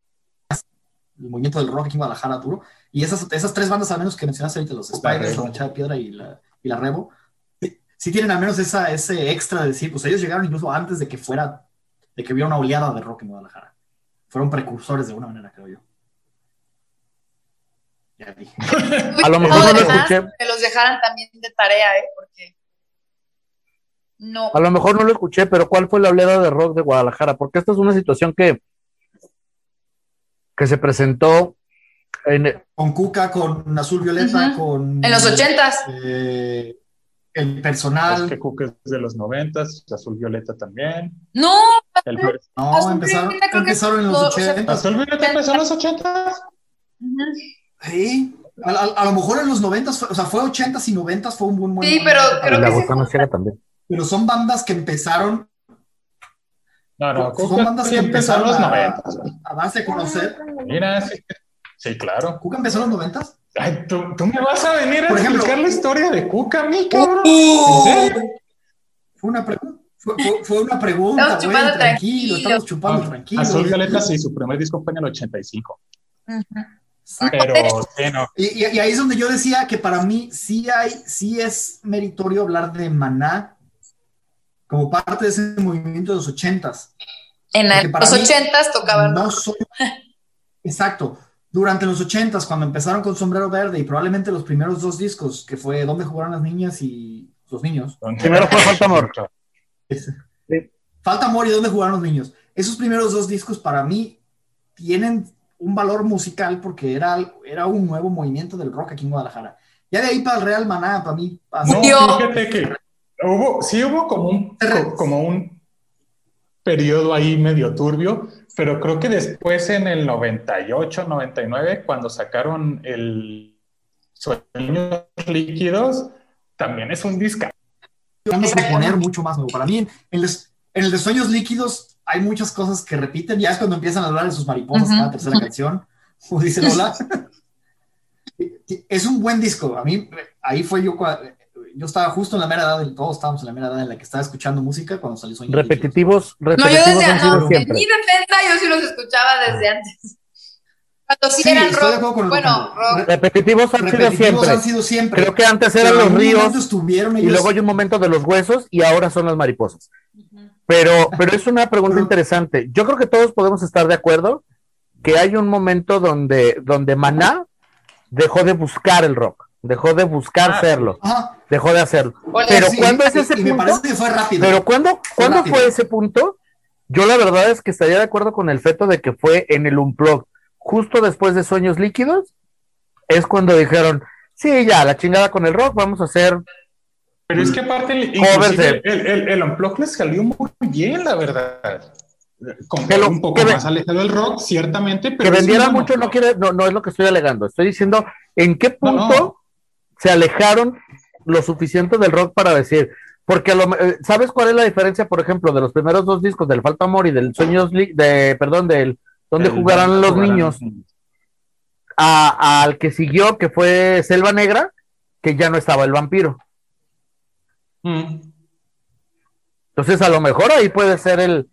[SPEAKER 6] el movimiento del rock aquí en Guadalajara duro. Y esas, esas tres bandas, al menos que mencionaste ahorita, los Spiders,
[SPEAKER 5] Rebo.
[SPEAKER 6] la Manchada de Piedra y la, y la Rebo, sí, sí tienen al menos esa, ese extra de decir, pues ellos llegaron incluso antes de que fuera, de que hubiera una oleada de rock en Guadalajara. Fueron precursores de una manera, creo yo. Ya dije.
[SPEAKER 4] A lo mejor
[SPEAKER 7] No,
[SPEAKER 4] no lo
[SPEAKER 7] además,
[SPEAKER 4] escuché,
[SPEAKER 7] Que los dejaran también de tarea, ¿eh? Porque. No.
[SPEAKER 4] A lo mejor no lo escuché, pero ¿cuál fue la oleada de rock de Guadalajara? Porque esta es una situación que, que se presentó en,
[SPEAKER 6] Con Cuca, con Azul Violeta,
[SPEAKER 7] Ujú.
[SPEAKER 6] con...
[SPEAKER 7] En los ochentas.
[SPEAKER 6] Eh, el
[SPEAKER 5] Es
[SPEAKER 6] personal.
[SPEAKER 5] que Cook es de los 90, Azul Violeta también.
[SPEAKER 7] No,
[SPEAKER 5] El,
[SPEAKER 6] No,
[SPEAKER 7] Azul
[SPEAKER 6] empezaron,
[SPEAKER 7] Violeta creo que
[SPEAKER 6] empezaron en los
[SPEAKER 7] todo, o sea,
[SPEAKER 6] 80.
[SPEAKER 5] ¿Azul Violeta empezó en los 80?
[SPEAKER 6] Sí. A, a- a lo mejor en los 90, fue- o sea, fue 80 y 90 fue un buen buen-
[SPEAKER 7] Sí, pero
[SPEAKER 6] buen-
[SPEAKER 7] creo
[SPEAKER 4] la
[SPEAKER 7] que sí.
[SPEAKER 4] botana ciega también.
[SPEAKER 6] Pero son bandas que empezaron
[SPEAKER 5] No, no,
[SPEAKER 6] Son
[SPEAKER 5] Cook
[SPEAKER 6] bandas
[SPEAKER 5] sí
[SPEAKER 6] que
[SPEAKER 5] empezó en los
[SPEAKER 6] empezaron a-
[SPEAKER 5] 90.
[SPEAKER 6] a darse a conocer.
[SPEAKER 7] Ah.
[SPEAKER 5] Mira, sí, sí, claro.
[SPEAKER 6] ¿Cuca empezó en los 90?
[SPEAKER 5] Ay, ¿tú, tú me vas a venir a
[SPEAKER 6] Por ejemplo-
[SPEAKER 5] explicar la historia de Cuca, mi cabrón. ¿En serio?
[SPEAKER 6] Fue una pregunta. Fue, fue- fue una pregunta,
[SPEAKER 7] Estamos
[SPEAKER 6] güey,
[SPEAKER 7] chupando
[SPEAKER 6] tranquilo, estamos
[SPEAKER 7] tranquilo.
[SPEAKER 6] chupando
[SPEAKER 5] Ah,
[SPEAKER 6] tranquilo.
[SPEAKER 5] Azul Violeta, sí, su primer disco fue en el 85. Pero, sí, no.
[SPEAKER 6] Y, y- y ahí es donde yo decía que para mí sí hay, sí es meritorio hablar de Maná como parte de ese movimiento de los ochentas.
[SPEAKER 7] En
[SPEAKER 6] Porque para
[SPEAKER 7] los
[SPEAKER 6] mí-
[SPEAKER 7] ochentas tocaban.
[SPEAKER 6] No soy. Exacto. Durante los ochentas, cuando empezaron con Sombrero Verde y probablemente los primeros dos discos, que fue Dónde jugaron las niñas y los niños.
[SPEAKER 4] Primero fue Falta Amor.
[SPEAKER 6] Falta Amor y Dónde jugaron los niños. Esos primeros dos discos para mí tienen un valor musical porque era, era un nuevo movimiento del rock aquí en Guadalajara. Ya de ahí para el Real Maná, para mí. pasó-
[SPEAKER 5] No,
[SPEAKER 7] Yo-
[SPEAKER 5] fíjate que hubo, sí hubo como un, co- como un periodo ahí medio turbio, pero creo que después en el 98, 99, cuando sacaron el Sueños Líquidos, también es un disco.
[SPEAKER 6] tratando de componer mucho más nuevo. Para mí, en, en los- en el de Sueños Líquidos hay muchas cosas que repiten. Ya es cuando empiezan a hablar de sus mariposas
[SPEAKER 7] Ujú.
[SPEAKER 6] en la tercera canción, como dice Lola. es un buen disco. A mí, ahí fue yo. cua- Yo estaba justo en la mera edad, todos estábamos en la mera edad en la que estaba escuchando música cuando salió Sueños Líquidos.
[SPEAKER 4] Repetitivos,
[SPEAKER 7] No, yo
[SPEAKER 4] repetitivos
[SPEAKER 7] desde
[SPEAKER 4] han sido
[SPEAKER 7] no, en
[SPEAKER 4] siempre.
[SPEAKER 7] mi defensa yo sí los escuchaba desde antes. Cuando sí,
[SPEAKER 6] Sí,
[SPEAKER 7] eran
[SPEAKER 6] estoy de
[SPEAKER 7] rock,
[SPEAKER 6] acuerdo con el
[SPEAKER 7] bueno,
[SPEAKER 6] rock and roll.
[SPEAKER 7] rock,
[SPEAKER 4] Repetitivos han sido
[SPEAKER 6] Repetitivos
[SPEAKER 4] siempre.
[SPEAKER 6] han sido siempre.
[SPEAKER 4] Creo que antes
[SPEAKER 6] Pero
[SPEAKER 4] eran
[SPEAKER 6] en
[SPEAKER 4] los
[SPEAKER 6] algún momento
[SPEAKER 4] ríos
[SPEAKER 6] Estuvieron
[SPEAKER 4] y
[SPEAKER 6] ellos-
[SPEAKER 4] luego hay un momento de los huesos y ahora son las mariposas. Pero, pero es una pregunta
[SPEAKER 6] Pero-
[SPEAKER 4] interesante. Yo creo que todos podemos estar de acuerdo que hay un momento donde, donde Maná dejó de buscar el rock, dejó de buscar
[SPEAKER 5] Ah.
[SPEAKER 4] serlo,
[SPEAKER 6] Ajá.
[SPEAKER 4] dejó de hacerlo.
[SPEAKER 7] Hola,
[SPEAKER 4] Pero
[SPEAKER 6] Sí,
[SPEAKER 4] ¿cuándo es
[SPEAKER 6] y-
[SPEAKER 4] ese
[SPEAKER 6] y me
[SPEAKER 4] punto?
[SPEAKER 6] parece que fue rápido.
[SPEAKER 4] Pero cuando cuando
[SPEAKER 6] rápido.
[SPEAKER 4] fue ese punto? Yo la verdad es que estaría de acuerdo con el feto de que fue en el Unplug, justo después de Sueños Líquidos, es cuando dijeron, Sí, ya, la chingada con el rock, vamos a hacer.
[SPEAKER 5] Pero es que aparte el, inclusive el, el, el Unplugged les salió muy bien, la verdad. Como
[SPEAKER 4] Que lo-
[SPEAKER 5] un poco
[SPEAKER 4] que ve-
[SPEAKER 5] más alejado del rock, ciertamente, pero
[SPEAKER 4] que
[SPEAKER 5] es un
[SPEAKER 4] vendiera
[SPEAKER 5] buen
[SPEAKER 4] mucho no
[SPEAKER 5] Unplugged.
[SPEAKER 4] quiere, no, no es lo que estoy alegando. Estoy diciendo en qué
[SPEAKER 5] No,
[SPEAKER 4] punto
[SPEAKER 5] no.
[SPEAKER 4] se alejaron lo suficiente del rock para decir. Porque a lo me- eh, ¿sabes cuál es la diferencia, por ejemplo, de los primeros dos discos del Falta Amor y del Sueños Li- de perdón, del Donde
[SPEAKER 5] El-
[SPEAKER 4] jugarán los
[SPEAKER 5] jugarán
[SPEAKER 4] niños a- al que siguió que fue Selva Negra, que ya no estaba el vampiro.
[SPEAKER 5] Mm.
[SPEAKER 4] Entonces, a lo mejor ahí puede ser el,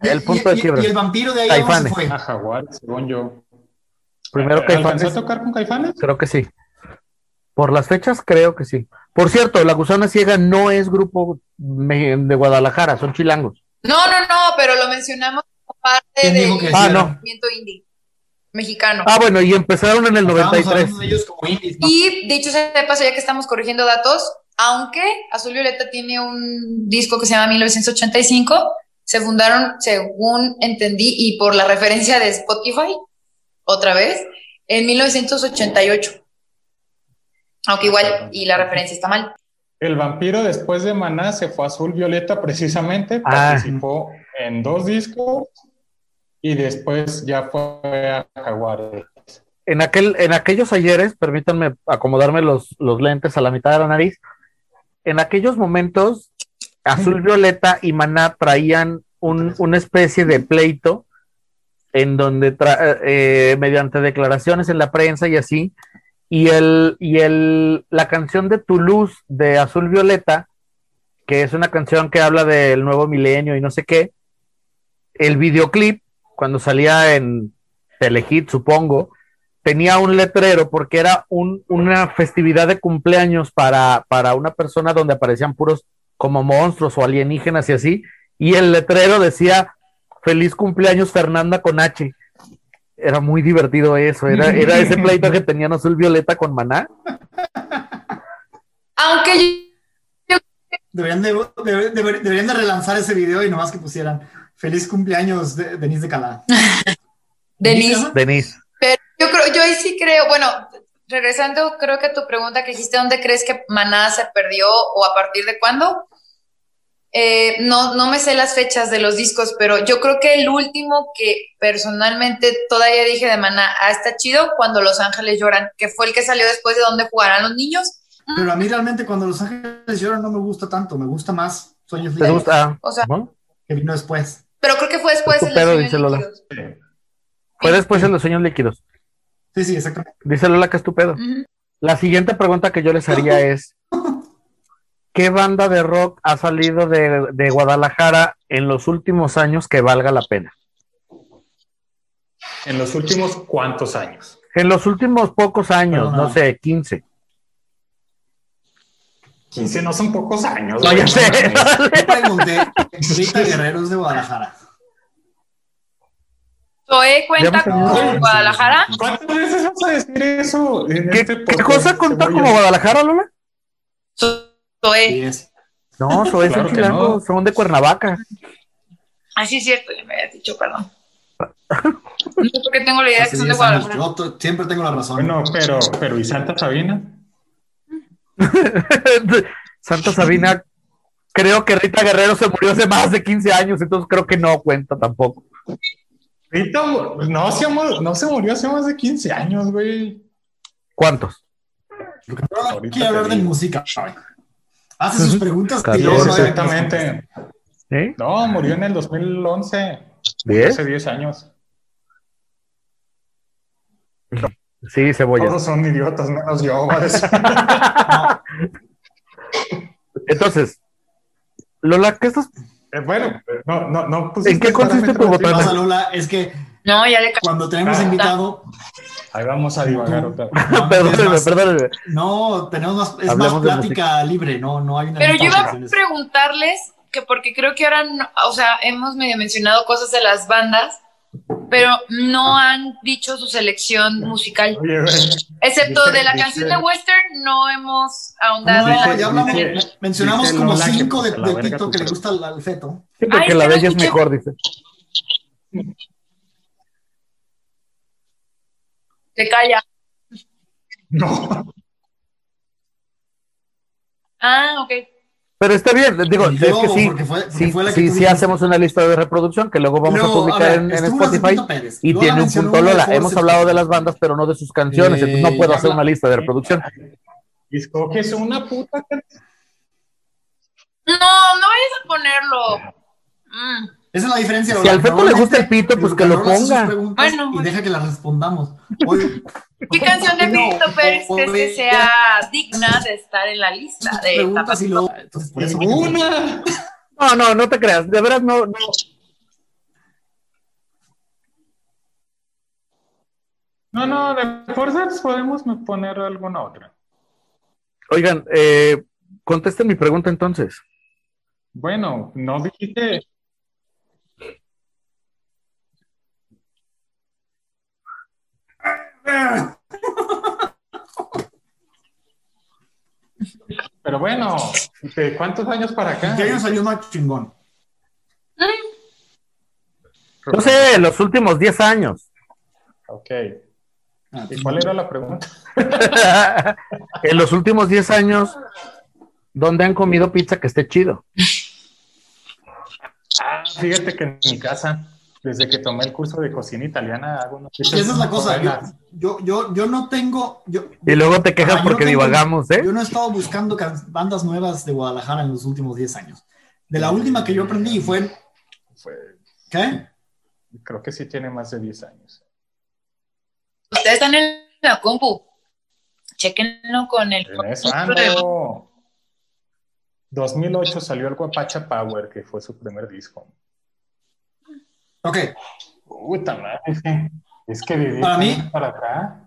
[SPEAKER 4] el punto
[SPEAKER 6] y,
[SPEAKER 4] de
[SPEAKER 6] y-
[SPEAKER 4] quiebre.
[SPEAKER 6] y el vampiro de ahí ¿a dónde se
[SPEAKER 4] Caifanes. Ah,
[SPEAKER 6] fue.
[SPEAKER 5] A Jaguar, según yo.
[SPEAKER 4] Primero Caifanes.
[SPEAKER 5] ¿Alcanzó a tocar con Caifanes?
[SPEAKER 4] Creo que sí. Por las fechas, creo que sí. Por cierto, La Gusana Ciega no es grupo me- de Guadalajara, son chilangos.
[SPEAKER 7] No, no, no, pero lo mencionamos como parte
[SPEAKER 6] ¿Quién
[SPEAKER 7] del
[SPEAKER 6] dijo que sí
[SPEAKER 4] Ah,
[SPEAKER 6] era?
[SPEAKER 4] no.
[SPEAKER 7] movimiento indie mexicano.
[SPEAKER 4] Ah, bueno, y empezaron en el
[SPEAKER 6] Estábamos
[SPEAKER 4] 93.
[SPEAKER 6] hablando de ellos como indies, ¿no?
[SPEAKER 7] Y dicho sea de paso, ya que estamos corrigiendo datos, aunque Azul Violeta tiene un disco que se llama 1985, se fundaron, según entendí, y por la referencia de Spotify, otra vez, en 1988. Aunque igual, y la referencia está mal.
[SPEAKER 5] El vampiro después de Maná se fue a Azul Violeta precisamente,
[SPEAKER 4] Ah.
[SPEAKER 5] participó en dos discos y después ya fue a Jaguar. eh,
[SPEAKER 4] En, aquel, en aquellos ayeres, permítanme acomodarme los, los lentes a la mitad de la nariz, en aquellos momentos, Azul Violeta y Maná traían un- una especie de pleito en donde tra- eh, mediante declaraciones en la prensa y así, y, el, y el, la canción de Toulouse de Azul Violeta, que es una canción que habla del nuevo milenio y no sé qué, el videoclip, cuando salía en Telehit, supongo, tenía un letrero porque era un- una festividad de cumpleaños para, para una persona donde aparecían puros como monstruos o alienígenas y así, y el letrero decía, feliz cumpleaños Fernanda con H. Era muy divertido eso, era, era ese pleito que tenían Azul Violeta con Maná.
[SPEAKER 7] Aunque yo
[SPEAKER 6] Deberían, de, deber- deber- deberían de relanzar ese video y nomás que pusieran Feliz cumpleaños, de, Denise de Calá.
[SPEAKER 7] Denise.
[SPEAKER 6] ¿no?
[SPEAKER 4] Denise,
[SPEAKER 7] Yo creo, yo ahí sí creo, bueno, regresando creo que a tu pregunta que dijiste, ¿dónde crees que Maná se perdió o a partir de cuándo? Eh, no, no me sé las fechas de los discos, pero yo creo que el último que personalmente todavía dije de Maná, ah, está chido, cuando Los Ángeles lloran, que fue el que salió después de donde jugarán los niños.
[SPEAKER 6] Pero a mí realmente cuando Los Ángeles lloran no me gusta tanto, me gusta más Sueños
[SPEAKER 4] ¿te
[SPEAKER 6] Líquidos
[SPEAKER 4] gusta?
[SPEAKER 7] O sea,
[SPEAKER 4] ¿No?
[SPEAKER 6] que vino después.
[SPEAKER 7] pero creo que fue después
[SPEAKER 4] Tu
[SPEAKER 7] el
[SPEAKER 4] pedo,
[SPEAKER 7] Sueños
[SPEAKER 4] dice Lola.
[SPEAKER 7] Líquidos. eh,
[SPEAKER 4] Fue después en los sueños líquidos.
[SPEAKER 6] Sí, sí, exactamente.
[SPEAKER 4] Dice Lola que estupendo.
[SPEAKER 7] Ujú.
[SPEAKER 4] La siguiente pregunta que yo les haría es: ¿Qué banda de rock ha salido de, de Guadalajara en los últimos años que valga la pena?
[SPEAKER 5] En los últimos cuántos años.
[SPEAKER 4] En los últimos pocos años,
[SPEAKER 6] Ajá.
[SPEAKER 4] no sé, 15.
[SPEAKER 5] 15 no son pocos años.
[SPEAKER 4] No,
[SPEAKER 5] güey,
[SPEAKER 4] ya sé.
[SPEAKER 5] mames.
[SPEAKER 6] Yo pregunté, Rita Guerreros de Guadalajara.
[SPEAKER 7] Zoé cuenta
[SPEAKER 4] hemos tenido-
[SPEAKER 7] con Guadalajara.
[SPEAKER 5] ¿Cuántas veces vas a decir eso? en
[SPEAKER 4] ¿Qué,
[SPEAKER 5] este
[SPEAKER 4] qué
[SPEAKER 5] podcast,
[SPEAKER 4] cosa contó
[SPEAKER 5] Cebollas?
[SPEAKER 4] como Guadalajara, Lola?
[SPEAKER 7] Zoé.
[SPEAKER 6] Y es-
[SPEAKER 4] No, son
[SPEAKER 5] Claro que
[SPEAKER 4] chilango,
[SPEAKER 5] no.
[SPEAKER 4] son de Cuernavaca.
[SPEAKER 7] Así Ah, es cierto, ya me habías dicho, perdón. No sé por qué tengo la idea que
[SPEAKER 6] hace
[SPEAKER 7] son de
[SPEAKER 6] 10 años.
[SPEAKER 7] Guadalajara.
[SPEAKER 6] Yo to- siempre tengo la razón.
[SPEAKER 5] Bueno, pero, pero ¿y Santa Sabina?
[SPEAKER 4] Santa Sabina, creo que Rita Guerrero se murió hace más de 15 años, entonces creo que no cuenta tampoco.
[SPEAKER 5] Rita, no, se mu- no se murió hace más de 15 años, güey.
[SPEAKER 4] ¿Cuántos?
[SPEAKER 6] Pero no
[SPEAKER 5] Ahorita
[SPEAKER 6] quiero
[SPEAKER 5] te
[SPEAKER 6] hablar de
[SPEAKER 5] digo.
[SPEAKER 6] música. güey. Hace sus preguntas que
[SPEAKER 4] Sí,
[SPEAKER 5] Sí,
[SPEAKER 6] yo no había visto.
[SPEAKER 5] exactamente.
[SPEAKER 4] ¿Eh?
[SPEAKER 5] No, murió en el 2011,
[SPEAKER 4] ¿Diez?
[SPEAKER 5] hace 10 años.
[SPEAKER 4] Sí, cebollas.
[SPEAKER 5] Todos son idiotas, menos yo. va a decir.
[SPEAKER 4] Entonces, Lola, ¿qué estás?
[SPEAKER 5] Eh, bueno, no, no, no pusiste
[SPEAKER 4] ¿En qué consiste tu
[SPEAKER 5] parámetros de-
[SPEAKER 6] Lo que pasa,
[SPEAKER 4] botana?
[SPEAKER 6] Lola, es que
[SPEAKER 7] No, ya le ca-
[SPEAKER 6] cuando tenemos
[SPEAKER 5] Ah.
[SPEAKER 6] invitado,
[SPEAKER 5] Ahí vamos a divagar otra vez.
[SPEAKER 6] no, es
[SPEAKER 4] Perdónenme,
[SPEAKER 6] más-
[SPEAKER 4] perdónenme.
[SPEAKER 6] no, tenemos más, es más
[SPEAKER 4] Hablemos de
[SPEAKER 6] plática libre, no, no hay una
[SPEAKER 7] Pero yo iba a
[SPEAKER 6] limitación.
[SPEAKER 7] preguntarles que porque creo que ahora, no- o sea, hemos medio mencionado cosas de las bandas, pero no han dicho su selección musical.
[SPEAKER 5] Oye, güey,
[SPEAKER 7] Excepto
[SPEAKER 5] Dice-
[SPEAKER 7] de la
[SPEAKER 5] dice-
[SPEAKER 7] canción de Western, no hemos ahondado. en
[SPEAKER 6] No,
[SPEAKER 5] Dice-
[SPEAKER 7] la-
[SPEAKER 6] ya hablamos,
[SPEAKER 5] dice-
[SPEAKER 6] mencionamos
[SPEAKER 5] dice
[SPEAKER 6] como
[SPEAKER 5] Lola que
[SPEAKER 6] cinco de,
[SPEAKER 5] pues, a la
[SPEAKER 6] de
[SPEAKER 5] verga
[SPEAKER 6] Tito
[SPEAKER 5] tu
[SPEAKER 6] que le
[SPEAKER 5] pre-
[SPEAKER 6] gusta al, al feto.
[SPEAKER 4] Sí, porque
[SPEAKER 7] Ay,
[SPEAKER 4] la
[SPEAKER 7] pero
[SPEAKER 4] bella es
[SPEAKER 7] escuché-
[SPEAKER 4] mejor, dice.
[SPEAKER 7] Se calla.
[SPEAKER 5] No,
[SPEAKER 7] Ah, ok.
[SPEAKER 4] Pero está bien, digo,
[SPEAKER 6] El
[SPEAKER 4] es que
[SPEAKER 6] Globo,
[SPEAKER 4] sí,
[SPEAKER 6] porque fue- porque
[SPEAKER 4] sí,
[SPEAKER 6] fue la que
[SPEAKER 4] sí,
[SPEAKER 6] tú
[SPEAKER 4] sí
[SPEAKER 6] dijiste.
[SPEAKER 4] hacemos una lista de reproducción que luego vamos a
[SPEAKER 6] Luego,
[SPEAKER 4] publicar
[SPEAKER 6] a ver,
[SPEAKER 4] en, en
[SPEAKER 6] estuvo
[SPEAKER 4] Spotify
[SPEAKER 6] Nacimiento Pérez,
[SPEAKER 4] y
[SPEAKER 6] Lola
[SPEAKER 4] tiene un
[SPEAKER 6] mencionó
[SPEAKER 4] punto
[SPEAKER 6] una de
[SPEAKER 4] Lola. Hemos
[SPEAKER 6] Forceps.
[SPEAKER 4] hablado de las bandas, pero no de sus canciones,
[SPEAKER 5] Eh,
[SPEAKER 4] entonces no puedo
[SPEAKER 5] ya
[SPEAKER 4] hacer
[SPEAKER 5] habla-
[SPEAKER 4] una lista de reproducción.
[SPEAKER 5] Escoges una puta canción.
[SPEAKER 7] No, no vayas a ponerlo. Mm.
[SPEAKER 6] Esa es la diferencia.
[SPEAKER 4] Si
[SPEAKER 6] Lola.
[SPEAKER 4] al Feto le gusta el pito, pues que lo
[SPEAKER 6] Lola hace sus
[SPEAKER 4] ponga.
[SPEAKER 6] preguntas
[SPEAKER 7] Bueno,
[SPEAKER 6] y
[SPEAKER 7] bueno.
[SPEAKER 6] deja que las respondamos. Oye,
[SPEAKER 7] ¿Qué canción de
[SPEAKER 6] no,
[SPEAKER 7] Benito Pérez
[SPEAKER 6] o- o
[SPEAKER 7] crees que
[SPEAKER 6] ve-
[SPEAKER 7] sea digna de estar en la lista
[SPEAKER 6] ve-
[SPEAKER 7] de
[SPEAKER 6] preguntas y luego. Entonces, por
[SPEAKER 4] Pues
[SPEAKER 6] eso-
[SPEAKER 5] ¡Ninguna!
[SPEAKER 4] No, no, no te creas, de veras no, no.
[SPEAKER 5] No, no, de Forceps podemos poner alguna otra.
[SPEAKER 4] Oigan, eh, contesten mi pregunta entonces.
[SPEAKER 5] Bueno, no dijiste. Pero bueno, ¿de cuántos años para acá?
[SPEAKER 6] Que hay un salió más chingón.
[SPEAKER 4] No sé, los últimos 10 años.
[SPEAKER 5] Ok.
[SPEAKER 6] Ah,
[SPEAKER 5] ¿Y cuál era la pregunta?
[SPEAKER 4] en los últimos 10 años, ¿dónde han comido pizza que esté chido?
[SPEAKER 5] Ah, fíjate que en mi casa, desde que tomé el curso de cocina italiana, hago unos
[SPEAKER 6] Esa es la cosa. Yo, yo, yo, yo no tengo. Yo,
[SPEAKER 4] Y luego te quejas
[SPEAKER 6] Ah, yo
[SPEAKER 4] porque
[SPEAKER 6] no tengo-
[SPEAKER 4] divagamos, ¿eh?
[SPEAKER 6] Yo no he estado buscando can- bandas nuevas de Guadalajara en los últimos 10 años. De la última que yo aprendí fue.
[SPEAKER 5] Fue-
[SPEAKER 6] ¿Qué?
[SPEAKER 5] creo que sí tiene más de 10 años.
[SPEAKER 7] Ustedes están en la compu. Chequenlo con el.
[SPEAKER 5] En eso ando. 2008 salió el Guapacha Power, que fue su primer disco.
[SPEAKER 6] Ok.
[SPEAKER 5] Puta madre, es que, es que viví
[SPEAKER 6] Para mí-
[SPEAKER 5] para acá.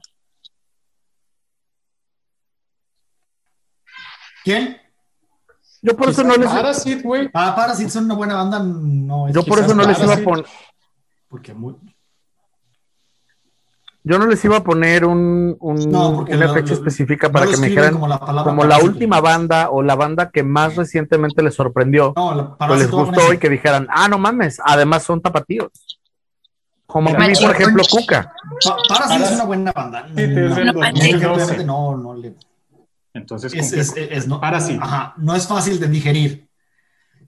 [SPEAKER 6] ¿Quién?
[SPEAKER 4] Yo por eso no les,
[SPEAKER 5] Parasite, güey.
[SPEAKER 6] Ah, Parasite son una buena banda. No, es
[SPEAKER 4] yo por
[SPEAKER 6] quizás
[SPEAKER 4] eso no les iba a
[SPEAKER 5] Parasite.
[SPEAKER 4] poner,
[SPEAKER 6] Porque muy-
[SPEAKER 4] yo no les iba a poner un, un-
[SPEAKER 6] No, porque
[SPEAKER 4] una
[SPEAKER 6] lo-
[SPEAKER 4] fecha
[SPEAKER 6] lo-
[SPEAKER 4] específica
[SPEAKER 6] no
[SPEAKER 4] para
[SPEAKER 6] lo
[SPEAKER 4] que me
[SPEAKER 6] escriben
[SPEAKER 4] dijeran
[SPEAKER 6] como la palabra
[SPEAKER 4] como la
[SPEAKER 6] Parasite.
[SPEAKER 4] última banda o la banda que más recientemente les sorprendió
[SPEAKER 6] No, la
[SPEAKER 4] o les
[SPEAKER 6] Parasite va a
[SPEAKER 4] gustó
[SPEAKER 6] poner-
[SPEAKER 4] y que dijeran, ah, no mames, además son tapatíos. Como a
[SPEAKER 5] Mira,
[SPEAKER 4] mí, por
[SPEAKER 7] Machín.
[SPEAKER 4] ejemplo, Cuca.
[SPEAKER 6] Pa- Parasite es una buena banda. No,
[SPEAKER 5] desde
[SPEAKER 6] no,
[SPEAKER 5] el
[SPEAKER 6] no,
[SPEAKER 5] 2012.
[SPEAKER 6] no, no le-
[SPEAKER 5] Entonces,
[SPEAKER 6] Es,
[SPEAKER 5] cumplí-
[SPEAKER 6] es- es- es- no,
[SPEAKER 5] Parasite.
[SPEAKER 6] Ajá, no es fácil de digerir.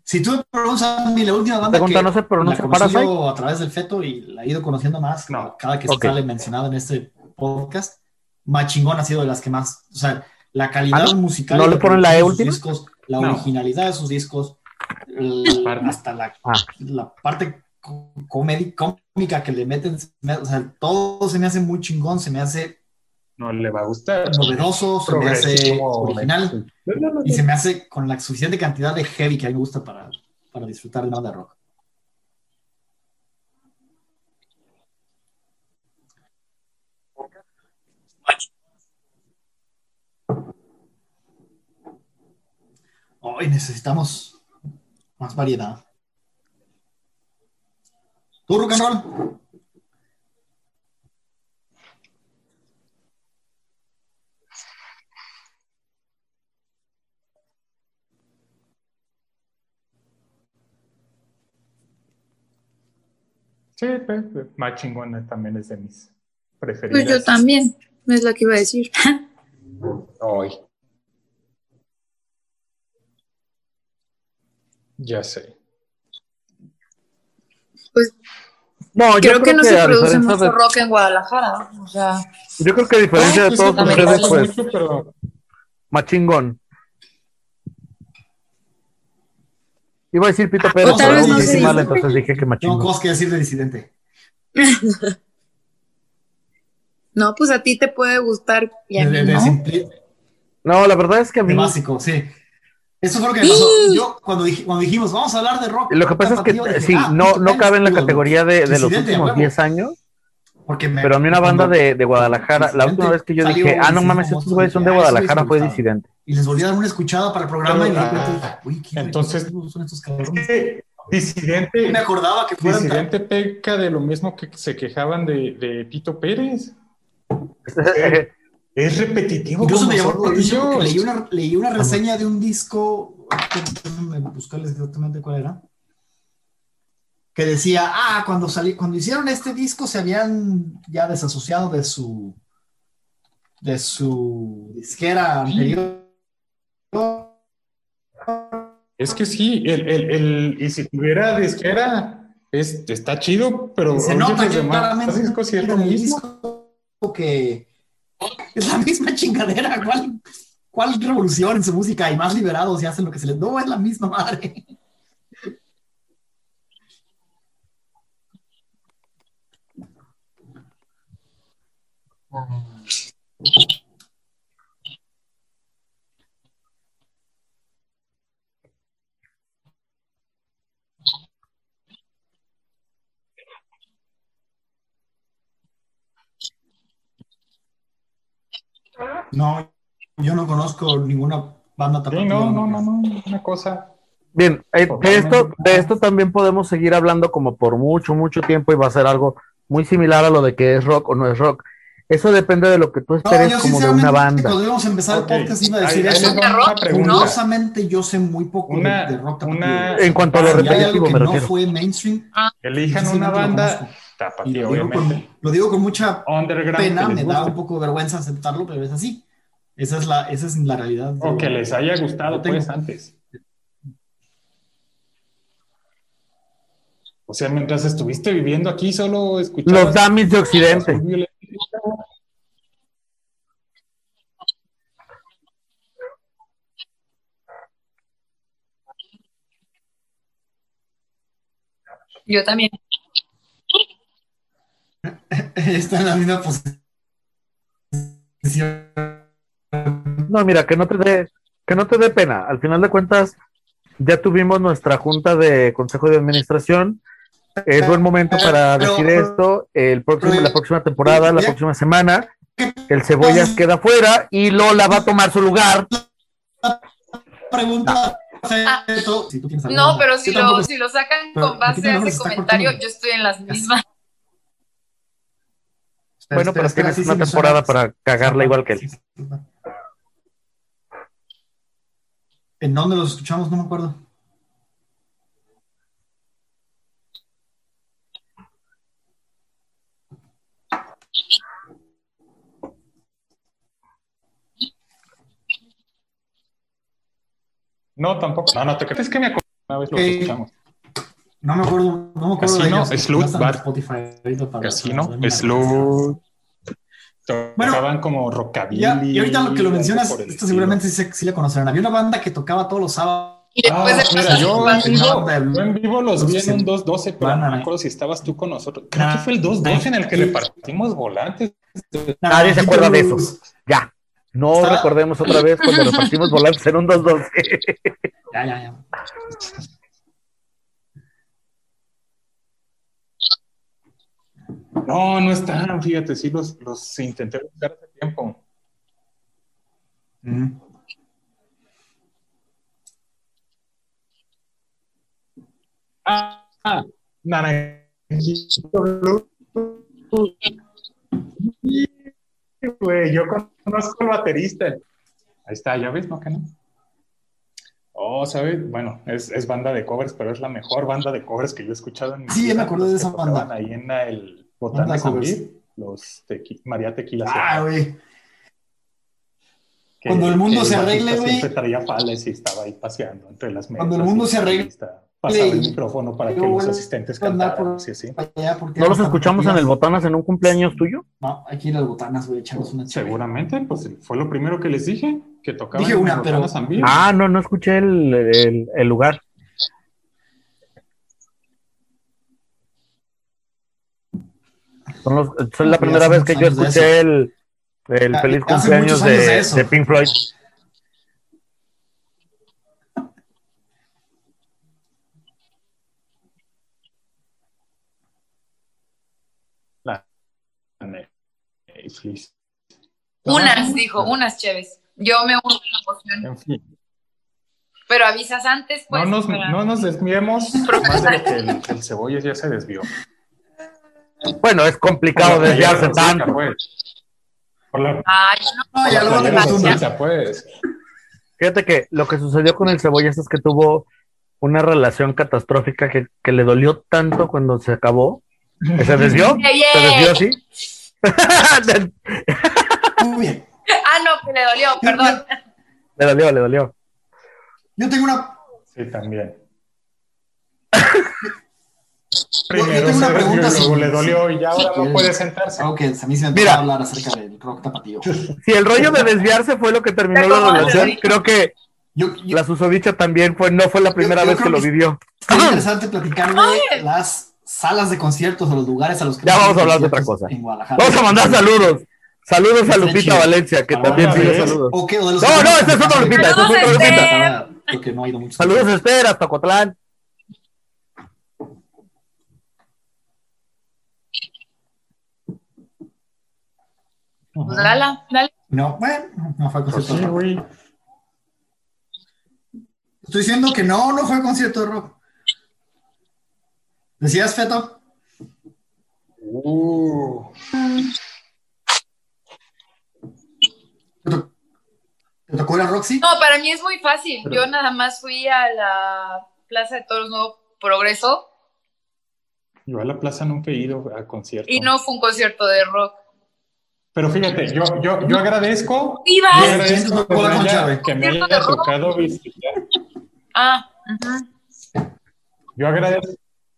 [SPEAKER 6] Si tú me preguntas a mí la última banda
[SPEAKER 4] Pregunta,
[SPEAKER 6] que
[SPEAKER 4] no se pronuncia
[SPEAKER 6] la conocí
[SPEAKER 4] Parasite.
[SPEAKER 6] yo a través del feto y la he ido conociendo más
[SPEAKER 5] No.
[SPEAKER 6] cada que
[SPEAKER 4] Ok.
[SPEAKER 6] sale mencionada en este podcast, más chingón ha sido de las que más, o sea, la calidad
[SPEAKER 4] ¿Ah, no?
[SPEAKER 6] musical
[SPEAKER 4] ¿No
[SPEAKER 6] de
[SPEAKER 4] le ponen la E
[SPEAKER 6] producción de
[SPEAKER 4] última?
[SPEAKER 6] sus discos, la
[SPEAKER 5] No.
[SPEAKER 6] originalidad de sus discos, el-
[SPEAKER 5] Parte.
[SPEAKER 6] hasta la,
[SPEAKER 4] Ah.
[SPEAKER 6] la parte co- comedi- cómica que le meten, se me- o sea, todo se me hace muy chingón, se me hace
[SPEAKER 5] no le va a gustar.
[SPEAKER 6] novedoso, se me hace
[SPEAKER 5] Progresivo,
[SPEAKER 6] original.
[SPEAKER 5] No, no, no,
[SPEAKER 6] Y se me hace con la suficiente cantidad de heavy que a mí me gusta para, para disfrutar de una banda de rock. Hoy necesitamos más variedad. ¿Tú, rock and roll?
[SPEAKER 5] Sí, pues, más chingona también es de mis preferidas.
[SPEAKER 7] Pues yo también, es lo que iba a decir.
[SPEAKER 5] Hoy. Ya sé.
[SPEAKER 4] No, yo
[SPEAKER 7] creo, que no se
[SPEAKER 4] a
[SPEAKER 7] produce
[SPEAKER 4] diferencia
[SPEAKER 7] mucho
[SPEAKER 4] de-
[SPEAKER 7] rock en Guadalajara. ¿no? O sea,
[SPEAKER 4] Yo creo que a diferencia de
[SPEAKER 5] Pues,
[SPEAKER 4] todos
[SPEAKER 5] no me
[SPEAKER 4] ustedes,
[SPEAKER 5] gusta
[SPEAKER 4] pues,
[SPEAKER 5] mucho, pero
[SPEAKER 4] machingón. Iba a decir Pito Pérez,
[SPEAKER 7] Ah, O tal
[SPEAKER 4] pero
[SPEAKER 7] vez no
[SPEAKER 4] dije
[SPEAKER 7] se
[SPEAKER 4] mal,
[SPEAKER 7] dice.
[SPEAKER 4] entonces dije que
[SPEAKER 6] Tengo
[SPEAKER 4] machingón.
[SPEAKER 6] cosas que decir de disidente.
[SPEAKER 7] no, pues a ti te puede gustar y a
[SPEAKER 6] De-
[SPEAKER 7] mí
[SPEAKER 6] de- de
[SPEAKER 7] no.
[SPEAKER 6] simple-
[SPEAKER 4] No, la verdad es que a
[SPEAKER 6] De
[SPEAKER 4] mí...
[SPEAKER 6] básico, sí. Eso fue lo que me pasó. Yo, cuando, dij- cuando dijimos, vamos a hablar de rock.
[SPEAKER 4] Lo que pasa es que
[SPEAKER 6] tapatío", dije,
[SPEAKER 4] sí,
[SPEAKER 6] "Ah,
[SPEAKER 4] no,
[SPEAKER 6] puta,
[SPEAKER 4] no cabe en la
[SPEAKER 6] digo,
[SPEAKER 4] categoría de, de los
[SPEAKER 6] Disidente, a
[SPEAKER 4] últimos
[SPEAKER 6] huevo.
[SPEAKER 4] 10 años,
[SPEAKER 6] Porque me-
[SPEAKER 4] pero a mí una banda
[SPEAKER 6] cuando-
[SPEAKER 4] de, de Guadalajara, la
[SPEAKER 6] Disidente
[SPEAKER 4] última vez que yo
[SPEAKER 6] salió
[SPEAKER 4] dije, ah, no
[SPEAKER 6] y se
[SPEAKER 4] mames,
[SPEAKER 6] hizo
[SPEAKER 4] estos
[SPEAKER 6] famoso",
[SPEAKER 4] güeyes son de
[SPEAKER 6] dije, "Ah, esos güeyes
[SPEAKER 4] Guadalajara,
[SPEAKER 6] me
[SPEAKER 4] fue
[SPEAKER 6] gustaban".
[SPEAKER 4] disidente.
[SPEAKER 6] Y les volví a dar una escuchada para el programa y
[SPEAKER 5] Pero-
[SPEAKER 6] dije, uy, qué
[SPEAKER 5] Entonces-
[SPEAKER 6] vergonzosos son estos cabrones.
[SPEAKER 5] disidente,
[SPEAKER 6] Me acordaba que fueran tan-
[SPEAKER 5] disidente peca de lo mismo que se quejaban de, de Tito Pérez. Es repetitivo.
[SPEAKER 6] Incluso
[SPEAKER 5] como
[SPEAKER 6] me llamó la
[SPEAKER 5] son
[SPEAKER 6] atención porque leí
[SPEAKER 5] ellos.
[SPEAKER 6] una, leí una reseña de un disco, déjame buscarles exactamente cuál era, que decía, ah, cuando, sali- cuando hicieron este disco se habían ya desasociado de su, de su disquera anterior
[SPEAKER 5] Es que sí, el, el, el- y si tuviera disquera, es, está chido, pero
[SPEAKER 6] Se
[SPEAKER 5] oye,
[SPEAKER 6] nota
[SPEAKER 5] los
[SPEAKER 6] que
[SPEAKER 5] demás
[SPEAKER 6] claramente
[SPEAKER 5] discos sí es lo
[SPEAKER 6] el
[SPEAKER 5] mismo.
[SPEAKER 6] disco que es la misma chingadera. ¿Cuál, cuál revolución en su música? Y más liberados y hacen lo que se les. No, es la misma madre. No, yo no conozco ninguna banda
[SPEAKER 5] Sí,
[SPEAKER 6] tapatía.
[SPEAKER 5] no, no, no, no, una cosa.
[SPEAKER 4] Bien, eh, de
[SPEAKER 5] Totalmente.
[SPEAKER 4] esto, de esto también podemos seguir hablando como por mucho, mucho tiempo y va a ser algo muy similar a lo de que es rock o no es rock. Eso depende de lo que tú
[SPEAKER 6] No,
[SPEAKER 4] esperes
[SPEAKER 6] yo
[SPEAKER 4] como de una
[SPEAKER 6] sinceramente,
[SPEAKER 4] banda.
[SPEAKER 6] cuando íbamos a empezar
[SPEAKER 5] Ok,
[SPEAKER 6] el podcast iba a decir
[SPEAKER 5] ahí- ahí
[SPEAKER 6] eso.
[SPEAKER 5] les va una
[SPEAKER 7] ¿No?
[SPEAKER 5] pregunta.
[SPEAKER 6] Curiosamente, yo sé muy poco de-
[SPEAKER 5] Una-
[SPEAKER 6] de, rock tapatía.
[SPEAKER 5] una-
[SPEAKER 4] En cuanto a
[SPEAKER 5] Ah,
[SPEAKER 4] lo
[SPEAKER 5] ya
[SPEAKER 6] Si hay algo
[SPEAKER 4] repetitivo,
[SPEAKER 6] que
[SPEAKER 4] me
[SPEAKER 6] no
[SPEAKER 4] refiero.
[SPEAKER 6] fue mainstream,
[SPEAKER 5] Elijan
[SPEAKER 6] Ese sí
[SPEAKER 5] una
[SPEAKER 6] no lo
[SPEAKER 5] banda,
[SPEAKER 6] conozco. y
[SPEAKER 5] tapatía,
[SPEAKER 6] lo digo,
[SPEAKER 5] obviamente.
[SPEAKER 6] con, lo digo con mucha
[SPEAKER 5] Underground.
[SPEAKER 6] pena,
[SPEAKER 5] que les
[SPEAKER 6] me da
[SPEAKER 5] guste.
[SPEAKER 6] un poco de vergüenza aceptarlo, pero es así. Esa es la, esa es la realidad. de-
[SPEAKER 5] O que les haya gustado,
[SPEAKER 6] Yo tengo-
[SPEAKER 5] pues, antes. O sea, mientras estuviste viviendo aquí, solo escuchabas...
[SPEAKER 4] Los Dummies de Occidente.
[SPEAKER 7] Yo también.
[SPEAKER 6] Ah, Está en la misma posición.
[SPEAKER 4] No, mira, que no te dé, que no te dé pena. Al final de cuentas, ya tuvimos nuestra junta de consejo de administración. Es buen momento para
[SPEAKER 6] Pero-
[SPEAKER 4] decir esto. El próximo, la próxima temporada, la
[SPEAKER 6] Ya-
[SPEAKER 4] próxima semana, el cebollas queda fuera y Lola va a tomar su lugar.
[SPEAKER 6] Pregunta.
[SPEAKER 4] Ah.
[SPEAKER 6] Feto, si tú tienes alguna.
[SPEAKER 7] No, pero si
[SPEAKER 6] Yo tampoco
[SPEAKER 7] lo, si lo sacan
[SPEAKER 6] Pero,
[SPEAKER 7] con
[SPEAKER 6] ¿por qué
[SPEAKER 7] base a
[SPEAKER 6] no nos
[SPEAKER 7] ese
[SPEAKER 6] está
[SPEAKER 7] comentario,
[SPEAKER 6] cortando?
[SPEAKER 7] yo estoy en las mismas.
[SPEAKER 6] sé.
[SPEAKER 4] Bueno, pero
[SPEAKER 6] Espera, espera,
[SPEAKER 4] tienes
[SPEAKER 6] sí, sí
[SPEAKER 4] una
[SPEAKER 6] Este, me
[SPEAKER 4] temporada
[SPEAKER 6] suena.
[SPEAKER 4] para cagarla igual que él.
[SPEAKER 6] ¿En dónde los escuchamos? No me acuerdo.
[SPEAKER 5] No, tampoco. No, no, te crees que me acuerdo. Una vez lo
[SPEAKER 6] Ok.
[SPEAKER 5] escuchamos.
[SPEAKER 6] No me acuerdo. No me acuerdo
[SPEAKER 5] Casino,
[SPEAKER 6] de ellas.
[SPEAKER 5] Sleuth,
[SPEAKER 6] No están en
[SPEAKER 5] Bad.
[SPEAKER 6] Spotify ahorita para-
[SPEAKER 5] Casino,
[SPEAKER 6] para-
[SPEAKER 5] Slow.
[SPEAKER 6] Bueno,
[SPEAKER 5] Tocaban como rockabilly.
[SPEAKER 6] Ya, y ahorita lo que lo
[SPEAKER 5] algo
[SPEAKER 6] mencionas,
[SPEAKER 5] por el
[SPEAKER 6] esto seguramente
[SPEAKER 5] estilo.
[SPEAKER 6] sí, se- sí la conocerán. Había una banda que tocaba todos los sábados.
[SPEAKER 7] Y después
[SPEAKER 5] Ah,
[SPEAKER 7] de
[SPEAKER 5] mira,
[SPEAKER 6] una
[SPEAKER 5] yo en vivo,
[SPEAKER 6] banda del-
[SPEAKER 5] yo en vivo los vi en un 2-12, pero
[SPEAKER 6] Van a-
[SPEAKER 5] no me acuerdo si estabas tú con nosotros. Creo
[SPEAKER 6] Nah.
[SPEAKER 5] que fue el 2-12 en el que
[SPEAKER 6] Sí.
[SPEAKER 5] le partimos volantes.
[SPEAKER 4] Nadie se acuerda de
[SPEAKER 6] Naranjitos.
[SPEAKER 4] eso. Ya. No
[SPEAKER 6] Está-
[SPEAKER 4] recordemos otra vez cuando repartimos volantes en un 2-2.
[SPEAKER 6] Ya, ya, ya.
[SPEAKER 5] No, no están, fíjate, sí los, los intenté buscar hace tiempo.
[SPEAKER 6] Mm.
[SPEAKER 5] Ah, ah, Naranjito Blue. Sí, Güey, yo conozco al baterista. Ahí está, ya ves, ¿no? Que no. Oh, ¿sabes? Bueno, es, es banda de covers, pero es la mejor banda de covers que yo he escuchado en mi
[SPEAKER 6] Sí,
[SPEAKER 5] vida.
[SPEAKER 6] me acordé de
[SPEAKER 5] Los que
[SPEAKER 6] esa banda.
[SPEAKER 5] tocaban Ahí en la- el Botán
[SPEAKER 6] Banda
[SPEAKER 5] de
[SPEAKER 6] de covers.
[SPEAKER 5] Zambir, los tequi- María Tequila.
[SPEAKER 6] Ah,
[SPEAKER 5] Sierra,
[SPEAKER 6] güey.
[SPEAKER 5] que-
[SPEAKER 6] cuando el mundo se
[SPEAKER 5] bajista
[SPEAKER 6] arregle, güey.
[SPEAKER 5] Siempre traía falas y estaba ahí paseando entre las mesas.
[SPEAKER 6] Cuando el mundo
[SPEAKER 5] y
[SPEAKER 6] se arregle,
[SPEAKER 5] baterista Pasaba el
[SPEAKER 6] güey,
[SPEAKER 5] micrófono para que
[SPEAKER 6] yo
[SPEAKER 5] los
[SPEAKER 6] vuelvo
[SPEAKER 5] asistentes
[SPEAKER 6] a andar
[SPEAKER 5] cantaran.
[SPEAKER 6] por-
[SPEAKER 5] Sí, sí.
[SPEAKER 6] Allá, porque
[SPEAKER 4] ¿No los
[SPEAKER 6] hasta
[SPEAKER 4] escuchamos en
[SPEAKER 6] botanas-
[SPEAKER 4] el Botanas en un cumpleaños tuyo?
[SPEAKER 6] No, aquí en las botanas, güey, echamos una chévere.
[SPEAKER 5] Seguramente, pues fue lo primero que les dije, que tocaban
[SPEAKER 6] Dije
[SPEAKER 5] en
[SPEAKER 6] una,
[SPEAKER 5] las
[SPEAKER 6] pero-
[SPEAKER 5] botanas también.
[SPEAKER 4] Ah, no, no escuché el, el- el lugar. Son los- son la
[SPEAKER 6] Ya
[SPEAKER 4] primera
[SPEAKER 6] hace
[SPEAKER 4] vez
[SPEAKER 6] muchos
[SPEAKER 4] que yo
[SPEAKER 6] años de
[SPEAKER 4] escuché el, el
[SPEAKER 6] Ya-
[SPEAKER 4] feliz
[SPEAKER 6] ya hace
[SPEAKER 4] cumpleaños
[SPEAKER 6] muchos años de
[SPEAKER 4] de,
[SPEAKER 6] eso.
[SPEAKER 4] de Pink Floyd.
[SPEAKER 5] Netflix.
[SPEAKER 6] Ah.
[SPEAKER 7] Unas, dijo, unas chéves. Yo me uno a la emoción.
[SPEAKER 5] En fin,
[SPEAKER 7] Pero avisas antes, pues.
[SPEAKER 5] no nos,
[SPEAKER 7] para-
[SPEAKER 5] no nos desviemos más de lo que el, el cebollas ya se desvió.
[SPEAKER 4] Bueno, es complicado
[SPEAKER 5] Por la
[SPEAKER 4] desviarse
[SPEAKER 5] playera
[SPEAKER 4] tanto.
[SPEAKER 5] rosita, pues. Por la,
[SPEAKER 7] Ay, no,
[SPEAKER 6] No, ya
[SPEAKER 5] por la
[SPEAKER 6] luego te
[SPEAKER 5] playera
[SPEAKER 6] acostumbras.
[SPEAKER 5] rosita, pues.
[SPEAKER 4] Fíjate que lo que sucedió con el Cebollas es que tuvo una relación catastrófica que, que le dolió tanto cuando se acabó. que ¿Se desvió?
[SPEAKER 7] ¡Qué bien!
[SPEAKER 4] ¿Se desvió así?
[SPEAKER 6] Muy bien.
[SPEAKER 7] Ah, no, que le dolió, perdón.
[SPEAKER 4] le dolió, le dolió.
[SPEAKER 6] Yo tengo una,
[SPEAKER 5] Sí, también.
[SPEAKER 6] Yo- yo
[SPEAKER 5] Primero
[SPEAKER 6] tengo una
[SPEAKER 5] se
[SPEAKER 6] pregunta,
[SPEAKER 5] pregunta,
[SPEAKER 6] sí,
[SPEAKER 5] le
[SPEAKER 6] sí.
[SPEAKER 5] dolió y ya
[SPEAKER 6] Sí,
[SPEAKER 5] ahora
[SPEAKER 6] sí.
[SPEAKER 5] no puede sentarse.
[SPEAKER 6] algo que a mí se me
[SPEAKER 4] Mira.
[SPEAKER 6] antoja hablar acerca del rock tapatío.
[SPEAKER 4] Si el rollo de desviarse fue lo que terminó la relación, creo que
[SPEAKER 6] Yo, yo-
[SPEAKER 4] la susodicha también fue, no fue la primera
[SPEAKER 6] yo
[SPEAKER 4] vez que
[SPEAKER 6] creo
[SPEAKER 4] lo
[SPEAKER 6] que-
[SPEAKER 4] vivió.
[SPEAKER 6] sería interesante platicar de las salas de conciertos, o los lugares a los que
[SPEAKER 4] Ya vamos a hablar de
[SPEAKER 6] conciertos
[SPEAKER 4] otra cosa.
[SPEAKER 6] En Guadalajara.
[SPEAKER 4] Vamos a mandar saludos. Saludos a
[SPEAKER 6] Está
[SPEAKER 4] Lupita
[SPEAKER 6] chido. Ah,
[SPEAKER 4] Valencia, que también
[SPEAKER 5] Ahora
[SPEAKER 4] pide
[SPEAKER 5] ves.
[SPEAKER 4] saludos.
[SPEAKER 6] O que- o de los
[SPEAKER 4] No,
[SPEAKER 6] que-
[SPEAKER 4] no, ese es otro Lupita, ese es otro
[SPEAKER 7] Saludos,
[SPEAKER 4] Lupita.
[SPEAKER 7] Esther.
[SPEAKER 6] Ah, Porque no ha ido mucho.
[SPEAKER 4] Saludos a Esther, hasta Cotlán.
[SPEAKER 6] Ujú.
[SPEAKER 7] Pues dala, dale.
[SPEAKER 6] No, bueno, no fue al
[SPEAKER 5] Pues
[SPEAKER 6] concierto
[SPEAKER 5] sí,
[SPEAKER 6] de rock.
[SPEAKER 5] güey.
[SPEAKER 6] Estoy diciendo que no, no fue al concierto de rock. ¿Decías, Feto?
[SPEAKER 5] Uh,
[SPEAKER 6] ¿Te to- te tocó ir a Roxy?
[SPEAKER 7] No, para mí es muy fácil. Yo nada más fui a la Plaza de Toros Nuevo Progreso
[SPEAKER 5] yo a la plaza nunca he ido a conciertos.
[SPEAKER 7] y no fue un concierto de rock.
[SPEAKER 5] Pero fíjate, yo, yo, yo agradezco,
[SPEAKER 7] ¡Viva!
[SPEAKER 5] yo
[SPEAKER 6] Ay,
[SPEAKER 5] agradezco
[SPEAKER 6] siento
[SPEAKER 5] que
[SPEAKER 6] que no
[SPEAKER 5] me
[SPEAKER 6] puedo
[SPEAKER 5] haya,
[SPEAKER 6] escuchar,
[SPEAKER 5] que me
[SPEAKER 7] güey.
[SPEAKER 5] haya tocado visitar.
[SPEAKER 7] Ah, ujú.
[SPEAKER 5] Yo agradezco,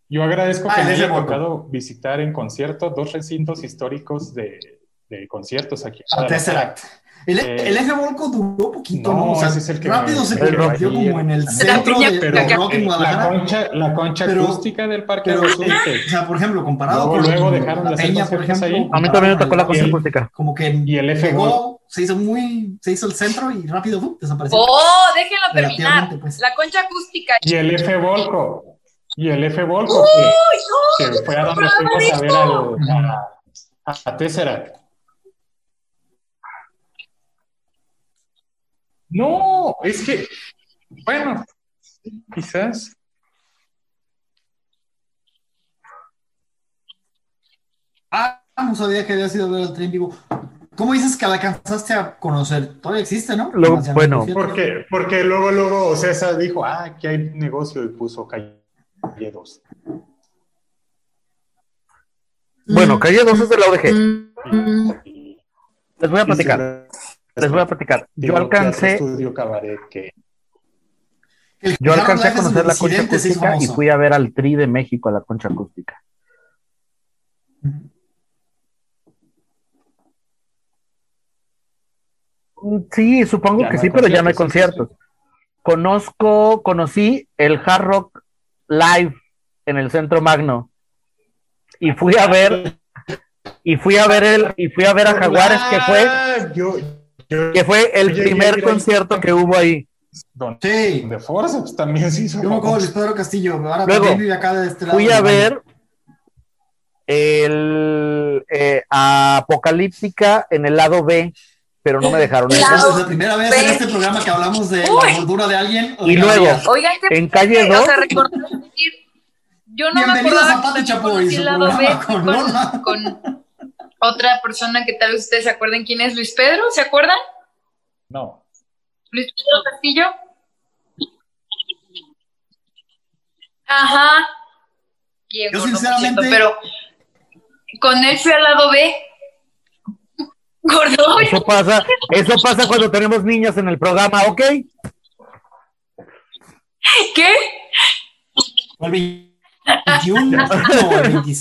[SPEAKER 5] yo agradezco
[SPEAKER 6] Ah,
[SPEAKER 5] que me
[SPEAKER 6] ese
[SPEAKER 5] haya
[SPEAKER 6] voto.
[SPEAKER 5] tocado visitar en concierto dos recintos históricos de, de conciertos aquí. en
[SPEAKER 6] A Tesseract. El,
[SPEAKER 5] Eh,
[SPEAKER 6] el F Volco duró poquito, ¿no?
[SPEAKER 5] no,
[SPEAKER 6] O sea,
[SPEAKER 5] ese es el que-
[SPEAKER 6] rápido se
[SPEAKER 5] el que
[SPEAKER 6] convirtió
[SPEAKER 5] ahí-
[SPEAKER 6] como en el
[SPEAKER 5] La
[SPEAKER 6] centro
[SPEAKER 7] piña
[SPEAKER 6] de,
[SPEAKER 5] pero- eh,
[SPEAKER 6] del rock en
[SPEAKER 5] La
[SPEAKER 6] Guadalajara.
[SPEAKER 5] concha, la concha
[SPEAKER 6] Pero-
[SPEAKER 5] acústica del Parque
[SPEAKER 6] pero-
[SPEAKER 5] de los Inques.
[SPEAKER 6] O sea, por ejemplo, comparado
[SPEAKER 5] Luego-
[SPEAKER 6] con
[SPEAKER 5] luego dejaron de
[SPEAKER 6] la
[SPEAKER 5] hacer
[SPEAKER 6] Peña, por
[SPEAKER 5] conciertos
[SPEAKER 6] ejemplo.
[SPEAKER 5] ahí.
[SPEAKER 4] A mí también me tocó la
[SPEAKER 6] comparado
[SPEAKER 4] cosa
[SPEAKER 5] Bien.
[SPEAKER 4] acústica.
[SPEAKER 6] Como que
[SPEAKER 5] Y el F Volco.
[SPEAKER 6] llegó, se hizo muy, se hizo el centro y rápido ¡fup! desapareció.
[SPEAKER 7] ¡Oh! Déjenlo terminar.
[SPEAKER 6] Relativamente, pues.
[SPEAKER 7] La concha acústica.
[SPEAKER 5] Y el F Volco. Y el F Volco,
[SPEAKER 7] ¡Ay,
[SPEAKER 5] que, que fue a donde
[SPEAKER 7] ¡Uh! ¡Bravo,
[SPEAKER 5] fuimos a ver
[SPEAKER 7] Víctor!
[SPEAKER 5] al- a, a, a Tesseract. No, es que, bueno, quizás.
[SPEAKER 6] Ah, no sabía que había sido ver el tren vivo. ¿Cómo dices que la alcanzaste a conocer? Todavía existe, ¿no?
[SPEAKER 4] Lo-
[SPEAKER 6] Hacia
[SPEAKER 4] bueno.
[SPEAKER 6] los conciertos.
[SPEAKER 5] Porque, porque luego, luego César dijo, ah, aquí hay negocio y puso calle 2.
[SPEAKER 4] Bueno, calle 2 es de la ODG.
[SPEAKER 5] Y-
[SPEAKER 4] Les voy a platicar.
[SPEAKER 5] y-
[SPEAKER 4] Les voy a platicar. Yo
[SPEAKER 5] Digo,
[SPEAKER 4] alcancé,
[SPEAKER 5] teatro, estudio, cabaret, que
[SPEAKER 6] El
[SPEAKER 4] yo
[SPEAKER 6] Hard
[SPEAKER 4] alcancé a
[SPEAKER 6] Life es
[SPEAKER 4] conocer
[SPEAKER 6] un
[SPEAKER 4] la concha
[SPEAKER 6] incidente, se hizo
[SPEAKER 4] acústica y
[SPEAKER 6] famoso.
[SPEAKER 4] fui a ver al Tri de México a la concha acústica.
[SPEAKER 6] Ujú.
[SPEAKER 4] Mm, Sí, supongo
[SPEAKER 5] Ya
[SPEAKER 4] que
[SPEAKER 5] no
[SPEAKER 4] sí,
[SPEAKER 5] hay
[SPEAKER 4] pero ya no hay
[SPEAKER 5] conciertos,
[SPEAKER 4] conciertos. Conozco, conocí el Hard Rock Live en el Centro Magno y fui a ver y fui a ver el y fui a ver a Jaguares que fue
[SPEAKER 5] Ah, yo, yo-
[SPEAKER 4] que fue el
[SPEAKER 5] Oye,
[SPEAKER 4] primer
[SPEAKER 5] mira,
[SPEAKER 4] concierto que hubo ahí.
[SPEAKER 5] Don
[SPEAKER 6] Sí,
[SPEAKER 5] de Forza pues, también se hizo.
[SPEAKER 6] yo me acuerdo de
[SPEAKER 5] famoso.
[SPEAKER 6] Luis Pedro Castillo, ahora
[SPEAKER 4] Luego,
[SPEAKER 6] también vive acá de este lado.
[SPEAKER 4] fui
[SPEAKER 6] del
[SPEAKER 4] a
[SPEAKER 6] valle.
[SPEAKER 4] ver el eh, Apocalíptica en el lado B, pero no me dejaron
[SPEAKER 7] Claro.
[SPEAKER 4] entrar.
[SPEAKER 6] Entonces, la primera vez en este programa que hablamos de
[SPEAKER 7] Uy.
[SPEAKER 6] la gordura de alguien. o
[SPEAKER 4] Y
[SPEAKER 6] de
[SPEAKER 4] luego,
[SPEAKER 6] calorías.
[SPEAKER 7] Oigan, qué
[SPEAKER 4] En calle
[SPEAKER 7] padre, o
[SPEAKER 4] 2,
[SPEAKER 7] sea, recordar decir, yo no me
[SPEAKER 6] Bienvenidos
[SPEAKER 7] acordaba
[SPEAKER 6] a Pati
[SPEAKER 7] que también
[SPEAKER 6] Chapoy,
[SPEAKER 7] conocí
[SPEAKER 6] su
[SPEAKER 7] el lado B
[SPEAKER 6] programa con Lola.
[SPEAKER 7] con, con otra persona que tal vez ustedes se acuerden quién es Luis Pedro, ¿se acuerdan?
[SPEAKER 5] No.
[SPEAKER 7] Luis Pedro Castillo. Ajá. Bien,
[SPEAKER 6] Yo
[SPEAKER 7] gordo, por
[SPEAKER 6] sinceramente-
[SPEAKER 7] cierto, pero con él fui al lado B. Gordo.
[SPEAKER 4] eso pasa, eso pasa cuando tenemos niños en el programa, ¿ok?
[SPEAKER 7] ¿Qué?
[SPEAKER 6] Fue el 21 o el 20.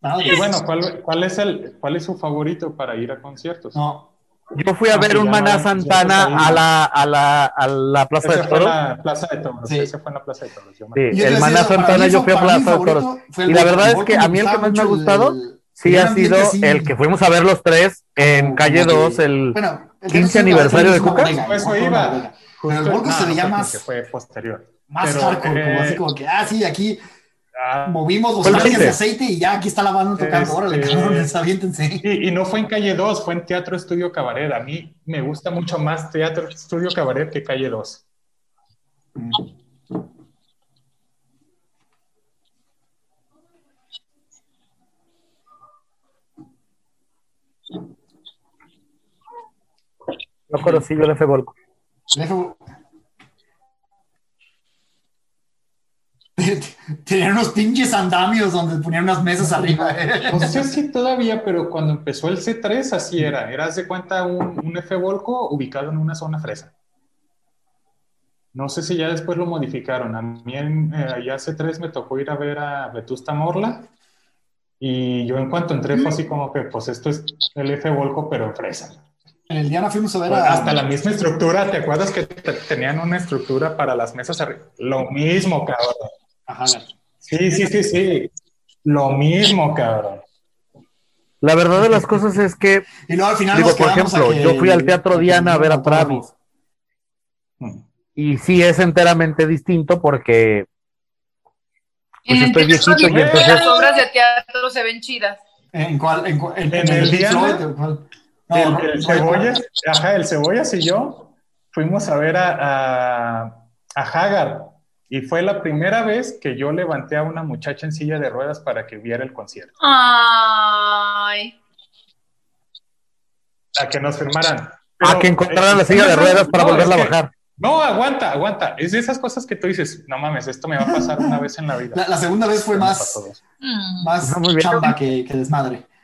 [SPEAKER 6] Madre.
[SPEAKER 5] Y bueno, ¿cuál, cuál es el, ¿cuál es su favorito para ir a conciertos?
[SPEAKER 6] No.
[SPEAKER 4] Yo fui a
[SPEAKER 5] Ah,
[SPEAKER 4] ver
[SPEAKER 5] sí,
[SPEAKER 4] un
[SPEAKER 5] ya
[SPEAKER 4] Maná
[SPEAKER 5] no, ya no
[SPEAKER 4] Santana
[SPEAKER 5] sabía.
[SPEAKER 4] a la, a la, a la Plaza
[SPEAKER 5] Ese
[SPEAKER 4] de
[SPEAKER 5] fue en
[SPEAKER 4] Toros.
[SPEAKER 5] la Plaza de Toros.
[SPEAKER 6] Sí.
[SPEAKER 5] Ese fue en la Plaza de Toros. yo me
[SPEAKER 4] Sí,
[SPEAKER 5] acuerdo.
[SPEAKER 6] Yo te
[SPEAKER 4] Eh, el
[SPEAKER 6] decía,
[SPEAKER 4] Maná
[SPEAKER 6] para mí
[SPEAKER 4] Santana
[SPEAKER 6] fue-
[SPEAKER 4] yo fui a
[SPEAKER 6] para mí
[SPEAKER 4] Plaza de
[SPEAKER 6] favorito
[SPEAKER 4] Toros.
[SPEAKER 6] fue el
[SPEAKER 4] Y la
[SPEAKER 6] de
[SPEAKER 4] verdad es
[SPEAKER 6] Volcom,
[SPEAKER 4] que a mí el que más me ha
[SPEAKER 6] mucho
[SPEAKER 4] gustado
[SPEAKER 6] el-
[SPEAKER 4] Sí,
[SPEAKER 6] el
[SPEAKER 4] ha
[SPEAKER 6] ambiente,
[SPEAKER 4] sido
[SPEAKER 6] sí.
[SPEAKER 4] el que fuimos a ver los tres en
[SPEAKER 6] Como-
[SPEAKER 4] calle
[SPEAKER 6] como
[SPEAKER 4] 2,
[SPEAKER 6] que-
[SPEAKER 4] el
[SPEAKER 6] Bueno, el
[SPEAKER 4] 15
[SPEAKER 6] Volcom
[SPEAKER 4] aniversario
[SPEAKER 6] fue
[SPEAKER 4] de
[SPEAKER 6] una
[SPEAKER 4] Cuca.
[SPEAKER 6] bodega,
[SPEAKER 5] Pues eso
[SPEAKER 6] fue una
[SPEAKER 5] iba.
[SPEAKER 6] bodega.
[SPEAKER 5] Justo-
[SPEAKER 6] Pero el Volcom
[SPEAKER 5] no,
[SPEAKER 6] se veía
[SPEAKER 5] Ah, no,
[SPEAKER 6] más-
[SPEAKER 5] porque fue posterior.
[SPEAKER 6] Más
[SPEAKER 5] Pero,
[SPEAKER 6] hardcore, como
[SPEAKER 5] eh,
[SPEAKER 6] así como que, ah, sí, aquí
[SPEAKER 5] Ah,
[SPEAKER 6] movimos los
[SPEAKER 4] Fue el
[SPEAKER 6] tanques de
[SPEAKER 4] 20.
[SPEAKER 6] aceite y ya aquí está la banda tocando.
[SPEAKER 5] Este-
[SPEAKER 6] Órale, cabrones, aviéntense.
[SPEAKER 5] Y, y no fue en Calle 2, fue en Teatro Estudio Cabaret. A mí me gusta mucho más Teatro Estudio Cabaret que Calle 2.
[SPEAKER 4] no conocí yo el F Volco.
[SPEAKER 6] Dejo- Tenían unos pinches andamios donde ponían unas mesas arriba. eh.
[SPEAKER 5] No sé si Pues todavía, pero cuando empezó el C3 así era. Era, haz de cuenta, un, un F-Volco ubicado en una zona fresa. No sé si ya después lo modificaron. A mí en, eh, ya hace tres me tocó ir a ver a Vetusta Morla y yo en cuanto entré fue así como que, pues esto es el F Volco, pero en fresa.
[SPEAKER 1] En el Diana fuimos a
[SPEAKER 4] Pues
[SPEAKER 1] ver a.
[SPEAKER 5] Hasta la misma estructura, ¿te acuerdas que te- tenían una estructura para las mesas arriba? Lo mismo, cabrón.
[SPEAKER 1] Ajá, gato.
[SPEAKER 5] Sí, sí, sí, sí. Lo mismo, cabrón.
[SPEAKER 4] La verdad de las cosas es que,
[SPEAKER 1] Y luego al final
[SPEAKER 4] digo,
[SPEAKER 1] nos
[SPEAKER 4] por
[SPEAKER 1] quedamos
[SPEAKER 4] ejemplo,
[SPEAKER 1] a que-
[SPEAKER 4] yo fui al Teatro Diana a ver a Travis.
[SPEAKER 5] Mm.
[SPEAKER 4] Y sí es enteramente distinto porque Pues
[SPEAKER 7] en el
[SPEAKER 4] estoy
[SPEAKER 7] teatro
[SPEAKER 4] viejito y
[SPEAKER 7] digo,
[SPEAKER 4] entonces-
[SPEAKER 7] las obras de teatro se ven chidas.
[SPEAKER 1] ¿En cuál? ¿En, cuál-
[SPEAKER 5] ¿En el
[SPEAKER 1] Pink
[SPEAKER 5] Diana?
[SPEAKER 1] Floyd o cuál? No,
[SPEAKER 5] el,
[SPEAKER 1] no,
[SPEAKER 5] el
[SPEAKER 1] no,
[SPEAKER 5] Cebollas, ajá, el Cebollas y yo fuimos a ver a, a, a Hagar y fue la primera vez que yo levanté a una muchacha en silla de ruedas para que viera el concierto,
[SPEAKER 7] Ay.
[SPEAKER 5] a que nos firmaran.
[SPEAKER 4] a
[SPEAKER 5] Pero-
[SPEAKER 4] que encontraran la silla de ruedas para
[SPEAKER 5] No,
[SPEAKER 4] volverla a
[SPEAKER 5] es que-
[SPEAKER 4] bajar.
[SPEAKER 5] No, aguanta, aguanta. Es de esas cosas que tú dices, no mames, esto me va a pasar una vez en la vida.
[SPEAKER 1] La, la segunda vez fue
[SPEAKER 5] Me
[SPEAKER 1] más,
[SPEAKER 5] pasó dos.
[SPEAKER 7] Mm.
[SPEAKER 1] más
[SPEAKER 4] Ajá, muy bien.
[SPEAKER 1] chamba que, que desmadre.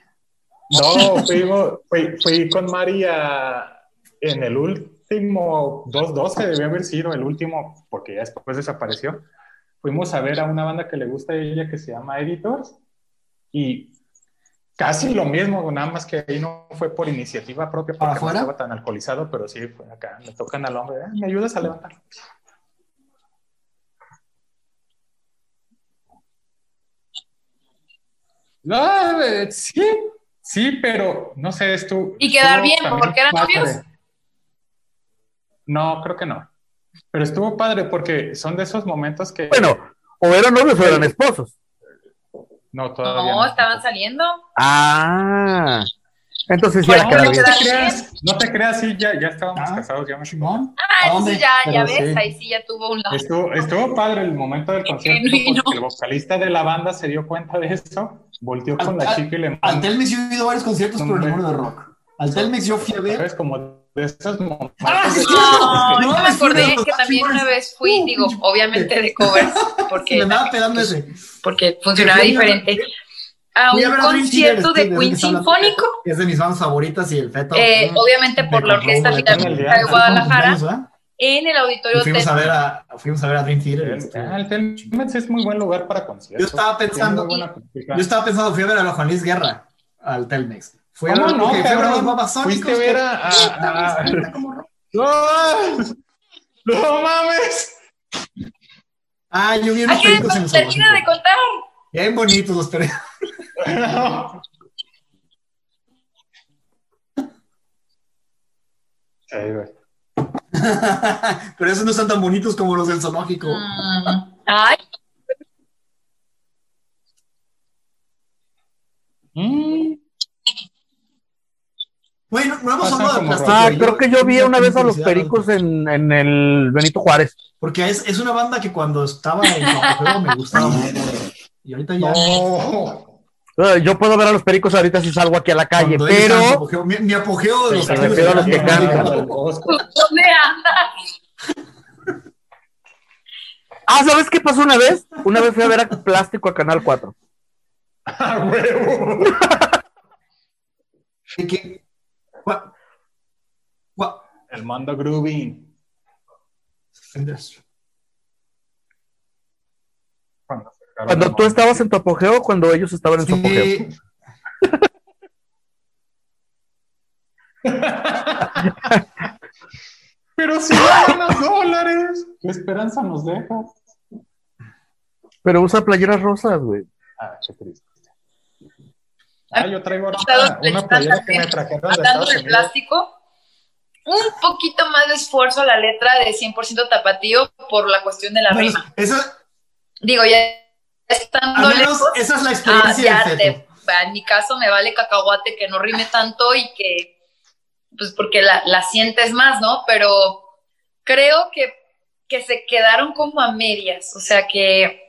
[SPEAKER 5] No, fuimos- fui, fui con María en el último 2-12, debió haber sido el último, porque ya después desapareció. Fuimos a ver a una banda que le gusta a ella que se llama Editors y casi lo mismo, nada más que ahí no fue por iniciativa propia
[SPEAKER 1] ¿Para
[SPEAKER 5] porque no
[SPEAKER 1] afuera?
[SPEAKER 5] estaba tan alcoholizado, pero sí fue acá. Me tocan al hombre, "Eh, ¿me ayudas a levantar? No, eh, sí, sí, pero no sé, es tú.
[SPEAKER 7] Y quedar
[SPEAKER 5] estuvo
[SPEAKER 7] bien,
[SPEAKER 5] también
[SPEAKER 7] porque eran
[SPEAKER 5] padre.
[SPEAKER 7] novios.
[SPEAKER 5] No, creo que no. Pero estuvo padre porque son de esos momentos que.
[SPEAKER 4] Bueno, o eran novios o eran esposos.
[SPEAKER 5] no, todavía.
[SPEAKER 7] No, estaban saliendo.
[SPEAKER 4] Ah, entonces sí
[SPEAKER 5] Bueno,
[SPEAKER 4] era quedar
[SPEAKER 5] no,
[SPEAKER 4] bien.
[SPEAKER 5] te creas, no te creas, sí, ya, ya estábamos
[SPEAKER 1] Ah,
[SPEAKER 5] casados, ya me
[SPEAKER 1] Chingón. ¿A
[SPEAKER 7] Ah,
[SPEAKER 1] dónde?
[SPEAKER 7] sí, ya, ya
[SPEAKER 5] Pero
[SPEAKER 7] ves,
[SPEAKER 5] sí.
[SPEAKER 7] ahí sí ya tuvo un lado.
[SPEAKER 5] Estuvo, estuvo padre el momento del concierto
[SPEAKER 7] Genuino.
[SPEAKER 5] porque el vocalista de la banda se dio cuenta de eso, volteó con la
[SPEAKER 1] Al-
[SPEAKER 5] chica y le
[SPEAKER 1] Al Telmex yo he ido a varios conciertos, pero
[SPEAKER 5] Hombre.
[SPEAKER 1] ninguno de rock. Al Telmex yo fui a ver.
[SPEAKER 5] ¿Sabes? Como de esos momentos.
[SPEAKER 1] Ah, sí,
[SPEAKER 5] de-
[SPEAKER 1] no,
[SPEAKER 7] No,
[SPEAKER 1] no,
[SPEAKER 7] yo me
[SPEAKER 1] me
[SPEAKER 7] acordé
[SPEAKER 1] fui.
[SPEAKER 7] que también una vez fui,
[SPEAKER 1] Uh,
[SPEAKER 7] digo,
[SPEAKER 1] pinche-
[SPEAKER 7] obviamente de covers, porque,
[SPEAKER 1] Me andaba pelando ese.
[SPEAKER 7] porque funcionaba
[SPEAKER 6] Fui a ver-
[SPEAKER 7] diferente, a
[SPEAKER 6] Fui a
[SPEAKER 7] un
[SPEAKER 6] ver a Dream Theater,
[SPEAKER 7] concierto de
[SPEAKER 6] sí, de
[SPEAKER 7] Queen
[SPEAKER 6] donde hablan-
[SPEAKER 7] Sinfónico,
[SPEAKER 6] Es de mis bandas favoritas y el feto.
[SPEAKER 1] Mm.
[SPEAKER 7] eh, obviamente por
[SPEAKER 6] Me
[SPEAKER 7] la
[SPEAKER 6] compró
[SPEAKER 7] Orquesta
[SPEAKER 6] un boleto en el
[SPEAKER 7] Filarmónica de
[SPEAKER 5] Diana.
[SPEAKER 7] Guadalajara,
[SPEAKER 5] ¿eh?
[SPEAKER 6] ¿verdad?
[SPEAKER 7] en el
[SPEAKER 6] Y
[SPEAKER 7] Auditorio
[SPEAKER 6] fuimos a
[SPEAKER 7] Telmex.
[SPEAKER 6] ver a, fuimos a ver a Dream Theater.
[SPEAKER 5] El-
[SPEAKER 6] este.
[SPEAKER 5] ah, el Telmex es muy buen lugar para
[SPEAKER 6] Yo
[SPEAKER 5] conciertos.
[SPEAKER 6] estaba pensando,
[SPEAKER 5] Tiene muy buena acústica.
[SPEAKER 6] yo estaba pensando, fui a ver a la Juan Luis Guerra al Telmex. Fui a
[SPEAKER 5] ¿Cómo
[SPEAKER 6] ver,
[SPEAKER 5] no,
[SPEAKER 6] ok, fui a ver a los
[SPEAKER 5] cabrón?
[SPEAKER 6] babasónicos.
[SPEAKER 5] Fuiste a ver a- a- a-
[SPEAKER 6] que- Mira cómo rock.
[SPEAKER 5] ¡Ah! ¡No mames!
[SPEAKER 6] Ah, yo vi unos
[SPEAKER 7] Aquí
[SPEAKER 6] peritos en el
[SPEAKER 7] termina de
[SPEAKER 6] zoológico.
[SPEAKER 7] contar.
[SPEAKER 6] Bien bonitos los peritos.
[SPEAKER 5] Ay, güey.
[SPEAKER 6] Pero esos no están tan bonitos como los del zoológico.
[SPEAKER 7] Mm, Ay,
[SPEAKER 5] Mm,
[SPEAKER 6] Bueno, no hemos
[SPEAKER 5] Pasan
[SPEAKER 6] hablado de
[SPEAKER 5] como
[SPEAKER 6] plástico.
[SPEAKER 4] Ah,
[SPEAKER 6] Yo-
[SPEAKER 4] creo que yo vi
[SPEAKER 6] yo
[SPEAKER 4] una vez a los
[SPEAKER 6] publicidad,
[SPEAKER 4] pericos en, en el Benito Juárez.
[SPEAKER 6] Porque es, es una banda que cuando estaba en Juego me gustaba mucho. Y ahorita ya.
[SPEAKER 5] No.
[SPEAKER 4] Eh, Yo puedo ver a los pericos ahorita si salgo aquí a la calle,
[SPEAKER 6] cuando ellos estaban
[SPEAKER 5] pues,
[SPEAKER 6] en su
[SPEAKER 4] pero
[SPEAKER 6] apogeo, mi, mi apogeo de los
[SPEAKER 4] Se
[SPEAKER 6] años
[SPEAKER 4] refiere a los que
[SPEAKER 6] era-
[SPEAKER 4] cantan.
[SPEAKER 7] ¿dónde anda?
[SPEAKER 4] Ah, ¿sabes qué pasó una vez? Una vez fui a ver a Plástico a Canal 4.
[SPEAKER 5] ¡Ah, huevo!
[SPEAKER 6] de que- Gua- gua-
[SPEAKER 5] El mando groovy. Cuando, sacaron
[SPEAKER 4] Cuando
[SPEAKER 5] el
[SPEAKER 4] tú
[SPEAKER 5] mando.
[SPEAKER 4] estabas en tu apogeo, cuando ellos estaban en su apogeo.
[SPEAKER 6] Sí,
[SPEAKER 5] Pero si no ganas dólares. ¿Qué esperanza nos deja?
[SPEAKER 4] Pero usa playeras rosas, güey.
[SPEAKER 5] Ah, qué triste. Ah, yo traigo ahora
[SPEAKER 7] Estados
[SPEAKER 5] una,
[SPEAKER 7] Unidos
[SPEAKER 5] una playera que
[SPEAKER 7] también.
[SPEAKER 5] me trajeron de
[SPEAKER 7] Hablando
[SPEAKER 5] Estados
[SPEAKER 7] de
[SPEAKER 5] Unidos.
[SPEAKER 7] plástico, un poquito más de esfuerzo a la letra de 100% tapatío por la cuestión de la
[SPEAKER 6] bueno,
[SPEAKER 7] rima.
[SPEAKER 6] esa,
[SPEAKER 7] Digo, ya estando
[SPEAKER 6] al menos
[SPEAKER 7] Ah, lejos,
[SPEAKER 6] esa es la
[SPEAKER 7] ah,
[SPEAKER 6] experiencia
[SPEAKER 7] ya
[SPEAKER 6] del
[SPEAKER 7] te,
[SPEAKER 6] feto.
[SPEAKER 7] en mi caso me vale cacahuate que no rime tanto y que, pues porque la, la sientes más, ¿no? Pero creo que, que se quedaron como a medias, o sea que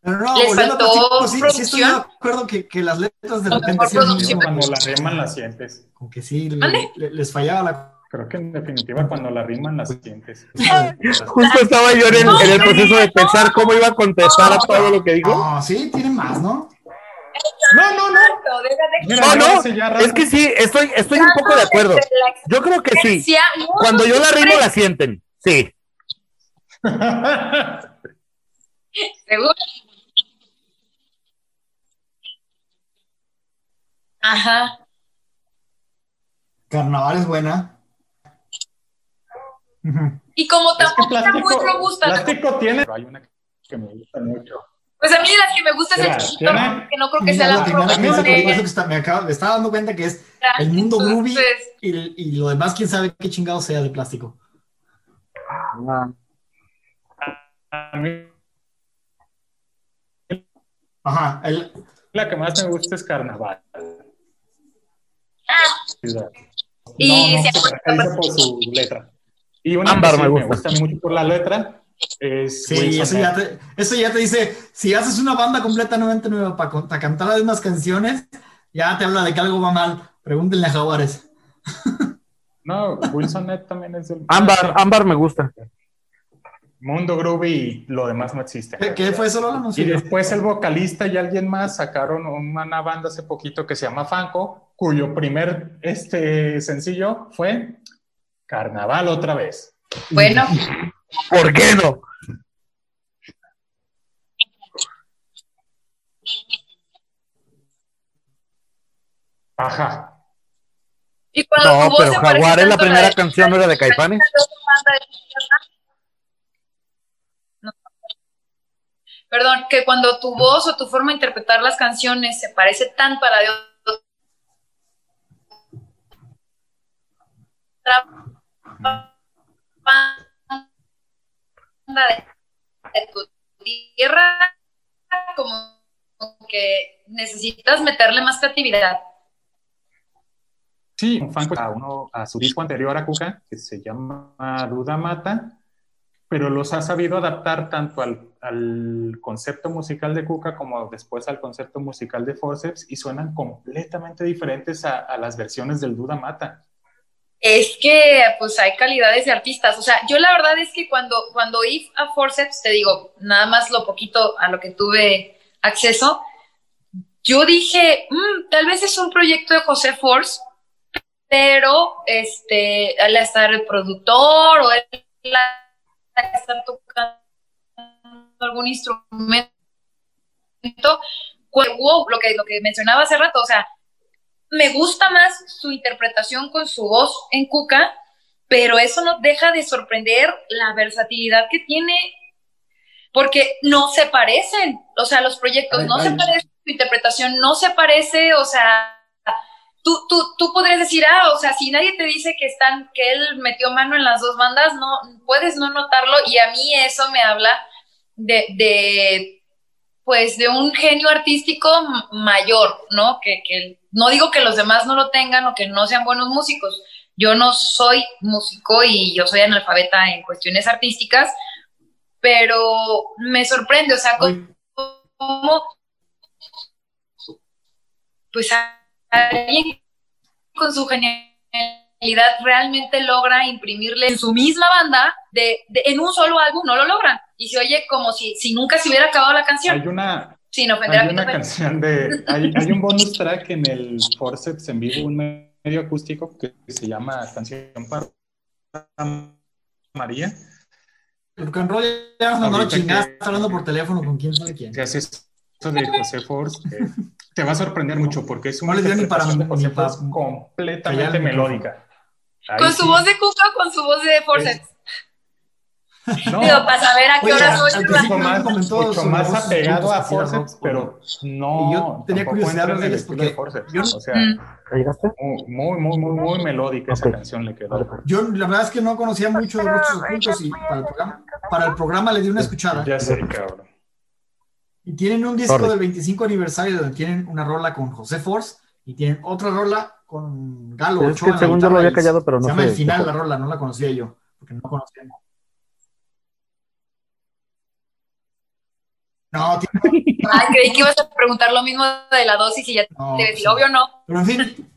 [SPEAKER 6] Pero no,
[SPEAKER 7] Les
[SPEAKER 6] volviendo a
[SPEAKER 7] faltó
[SPEAKER 6] Plástico, sí, sí estoy de
[SPEAKER 7] producción.
[SPEAKER 6] acuerdo que, que las letras de
[SPEAKER 7] Lo
[SPEAKER 6] repente
[SPEAKER 7] mejor
[SPEAKER 6] sí eran muy
[SPEAKER 7] producción.
[SPEAKER 5] Cuando
[SPEAKER 6] buenas.
[SPEAKER 5] la riman la sientes.
[SPEAKER 6] Como que sí, le-
[SPEAKER 7] ¿Mande?
[SPEAKER 6] le- les fallaba la.
[SPEAKER 5] Creo que en definitiva cuando la riman la sientes.
[SPEAKER 4] Justo estaba yo en el, en el proceso de pensar cómo iba a contestar a todo lo que dijo.
[SPEAKER 6] No, Ah, sí, tienen más, ¿no?
[SPEAKER 5] No, no, no.
[SPEAKER 7] Exacto, deja de
[SPEAKER 5] Mira,
[SPEAKER 4] No, Ah, no,
[SPEAKER 5] ya arranca.
[SPEAKER 4] es que sí, estoy, estoy un poco de acuerdo.
[SPEAKER 7] La
[SPEAKER 4] Yo creo que sí.
[SPEAKER 7] experiencia, este, no,
[SPEAKER 4] Cuando yo la
[SPEAKER 7] siempre-
[SPEAKER 4] rimo la sienten. Sí.
[SPEAKER 7] ¿Seguro? Ajá.
[SPEAKER 6] Carnaval es buena. Ujú.
[SPEAKER 7] Y como tampoco está muy
[SPEAKER 5] plástico,
[SPEAKER 7] robusta,
[SPEAKER 5] plástico tiene. Pero hay una que me gusta mucho.
[SPEAKER 7] pues a mí de las que me gusta es el
[SPEAKER 5] Mira,
[SPEAKER 7] chiquito,
[SPEAKER 5] tiene-
[SPEAKER 7] rojo, que no creo que sea la
[SPEAKER 6] Mira, tenía
[SPEAKER 7] propia.
[SPEAKER 6] mesa, por eso que está- me, acabo- me estaba dando cuenta que es el mundo groovy
[SPEAKER 7] Entonces,
[SPEAKER 6] y, y lo demás, quién sabe qué chingado sea de plástico.
[SPEAKER 5] A mí
[SPEAKER 6] Ajá, el,
[SPEAKER 5] la que más me gusta es carnaval.
[SPEAKER 7] Ah. Y
[SPEAKER 5] no, no,
[SPEAKER 7] se-
[SPEAKER 5] se caracteriza por su letra. Y una
[SPEAKER 4] Ámbar
[SPEAKER 5] que sí
[SPEAKER 4] me
[SPEAKER 5] me
[SPEAKER 4] gusta.
[SPEAKER 5] gusta mucho por la letra es
[SPEAKER 6] sí,
[SPEAKER 5] Wilson
[SPEAKER 6] eso ya,
[SPEAKER 5] Ed.
[SPEAKER 6] te, eso ya te dice, si haces una banda completamente nueva para, con- para cantar las mismas canciones, ya te habla de que algo va mal. Pregúntenle a Jaguares.
[SPEAKER 5] No, Wilson Ed también es del
[SPEAKER 4] Ámbar, ámbar me gusta.
[SPEAKER 5] mundo groovy y lo demás no existe.
[SPEAKER 6] ¿Qué, qué fue solo la
[SPEAKER 5] Y
[SPEAKER 6] música?
[SPEAKER 5] después el vocalista y alguien más sacaron una banda hace poquito que se llama Fanco, cuyo primer este, sencillo fue Carnaval otra vez.
[SPEAKER 7] bueno,
[SPEAKER 4] ¿Por qué no?
[SPEAKER 5] Ajá.
[SPEAKER 7] y cuando
[SPEAKER 4] No,
[SPEAKER 7] tu voz
[SPEAKER 4] pero
[SPEAKER 7] se parece
[SPEAKER 4] Jaguar es la
[SPEAKER 7] tanto a
[SPEAKER 4] primera
[SPEAKER 7] de-
[SPEAKER 4] canción, ¿no era de Caipanes?
[SPEAKER 7] No. Perdón, que cuando
[SPEAKER 4] Mm.
[SPEAKER 7] tu voz o tu forma de interpretar las canciones se parece tanto a la de otra banda de, de tu tierra, como que necesitas meterle más creatividad.
[SPEAKER 5] Sí, un Fanco a, uno, a su disco anterior a Cuca, que se llama Duda Mata, pero los ha sabido adaptar tanto al, al concepto musical de Cuca como después al concepto musical de Forceps y suenan completamente diferentes a, a las versiones del Duda Mata.
[SPEAKER 7] Es que pues hay calidades de artistas. O sea, yo la verdad es que cuando, cuando oí a Forceps, te digo, nada más lo poquito a lo que tuve acceso, yo dije, "Mm, tal vez es un proyecto de José Force, pero este, él va a estar el productor o él va a estar tocando algún instrumento. Cu- Wow, lo que, lo que mencionaba hace rato, o sea, me gusta más su interpretación con su voz en Cuca, pero eso no deja de sorprender la versatilidad que tiene, porque no se parecen, o sea, los proyectos
[SPEAKER 5] Ay,
[SPEAKER 7] no se
[SPEAKER 5] ay.
[SPEAKER 7] parecen, su interpretación no se parece, o sea, tú, tú, tú podrías decir, ah, o sea, si nadie te dice que están, que él metió mano en las dos bandas, no, puedes no notarlo, y a mí eso me habla de, de pues de un genio artístico m- mayor, ¿no? Que, que no digo que los demás no lo tengan o que no sean buenos músicos. Yo no soy músico y yo soy analfabeta en cuestiones artísticas, pero me sorprende, o sea,
[SPEAKER 6] Oye,
[SPEAKER 7] como pues a- alguien con su genialidad realmente logra imprimirle en su misma banda de, de- en un solo álbum no lo logran y se oye como si, si nunca se hubiera acabado la canción
[SPEAKER 5] Hay una,
[SPEAKER 7] sin ofender a
[SPEAKER 5] Hay
[SPEAKER 7] mí.
[SPEAKER 5] una canción de. Hay, hay un bonus track en el Forceps en vivo, un medio acústico que se llama Canción para María.
[SPEAKER 6] El rock and roll ya nos mandaron
[SPEAKER 5] Ahorita
[SPEAKER 6] chingadas
[SPEAKER 5] que-
[SPEAKER 6] hablando por teléfono con quién sabe quién.
[SPEAKER 5] Que hace eso de José Force. que te va a sorprender mucho porque es una
[SPEAKER 6] No le dio ni para-
[SPEAKER 5] interpretación de José
[SPEAKER 6] ni para-
[SPEAKER 5] Force completamente
[SPEAKER 6] callar el micrófono.
[SPEAKER 5] melódica. Ahí
[SPEAKER 7] Con su
[SPEAKER 5] sí.
[SPEAKER 7] voz de Cuca o con su voz de Force.
[SPEAKER 5] No,
[SPEAKER 7] Digo, para saber a qué
[SPEAKER 6] Oye,
[SPEAKER 7] hora
[SPEAKER 6] al
[SPEAKER 7] soy
[SPEAKER 6] principio
[SPEAKER 5] mucho
[SPEAKER 6] no
[SPEAKER 5] más,
[SPEAKER 6] comentó
[SPEAKER 5] mucho
[SPEAKER 6] sobre
[SPEAKER 5] más
[SPEAKER 6] los
[SPEAKER 5] apegado
[SPEAKER 6] puntos
[SPEAKER 5] a
[SPEAKER 6] que hacía rock,
[SPEAKER 5] Forceps,
[SPEAKER 6] bueno.
[SPEAKER 5] pero no.
[SPEAKER 6] Y yo tenía
[SPEAKER 5] tampoco
[SPEAKER 6] curiosidad
[SPEAKER 5] entra
[SPEAKER 6] de
[SPEAKER 5] en el
[SPEAKER 6] ellos
[SPEAKER 5] estilo
[SPEAKER 6] porque
[SPEAKER 5] de Forceps.
[SPEAKER 6] yo-
[SPEAKER 5] O sea,
[SPEAKER 7] Mm.
[SPEAKER 4] ¿Llegaste?
[SPEAKER 5] muy, muy, muy, muy melódica esa
[SPEAKER 4] Ok.
[SPEAKER 5] canción le quedó.
[SPEAKER 6] Yo la verdad es que no conocía mucho de muchos puntos y para el programa, para el programa le di una escuchada.
[SPEAKER 5] Ya sé, cabrón.
[SPEAKER 6] Y tienen un disco
[SPEAKER 4] Sorry.
[SPEAKER 6] del 25 aniversario donde tienen una rola con José Force y tienen otra rola con Galo
[SPEAKER 4] Es que
[SPEAKER 6] Ochoa. en
[SPEAKER 4] el
[SPEAKER 6] la
[SPEAKER 4] segundo lo
[SPEAKER 6] guitarra
[SPEAKER 4] había
[SPEAKER 6] y
[SPEAKER 4] callado, pero
[SPEAKER 6] Se
[SPEAKER 4] no
[SPEAKER 6] llama El
[SPEAKER 4] sé.
[SPEAKER 6] Final la rola, no la conocía yo, porque no conocía. No, tiene-
[SPEAKER 7] Ay, creí que ibas a preguntar lo mismo de la dosis y ya te
[SPEAKER 6] no,
[SPEAKER 7] iba a decir, obvio no.
[SPEAKER 6] Pero en fin,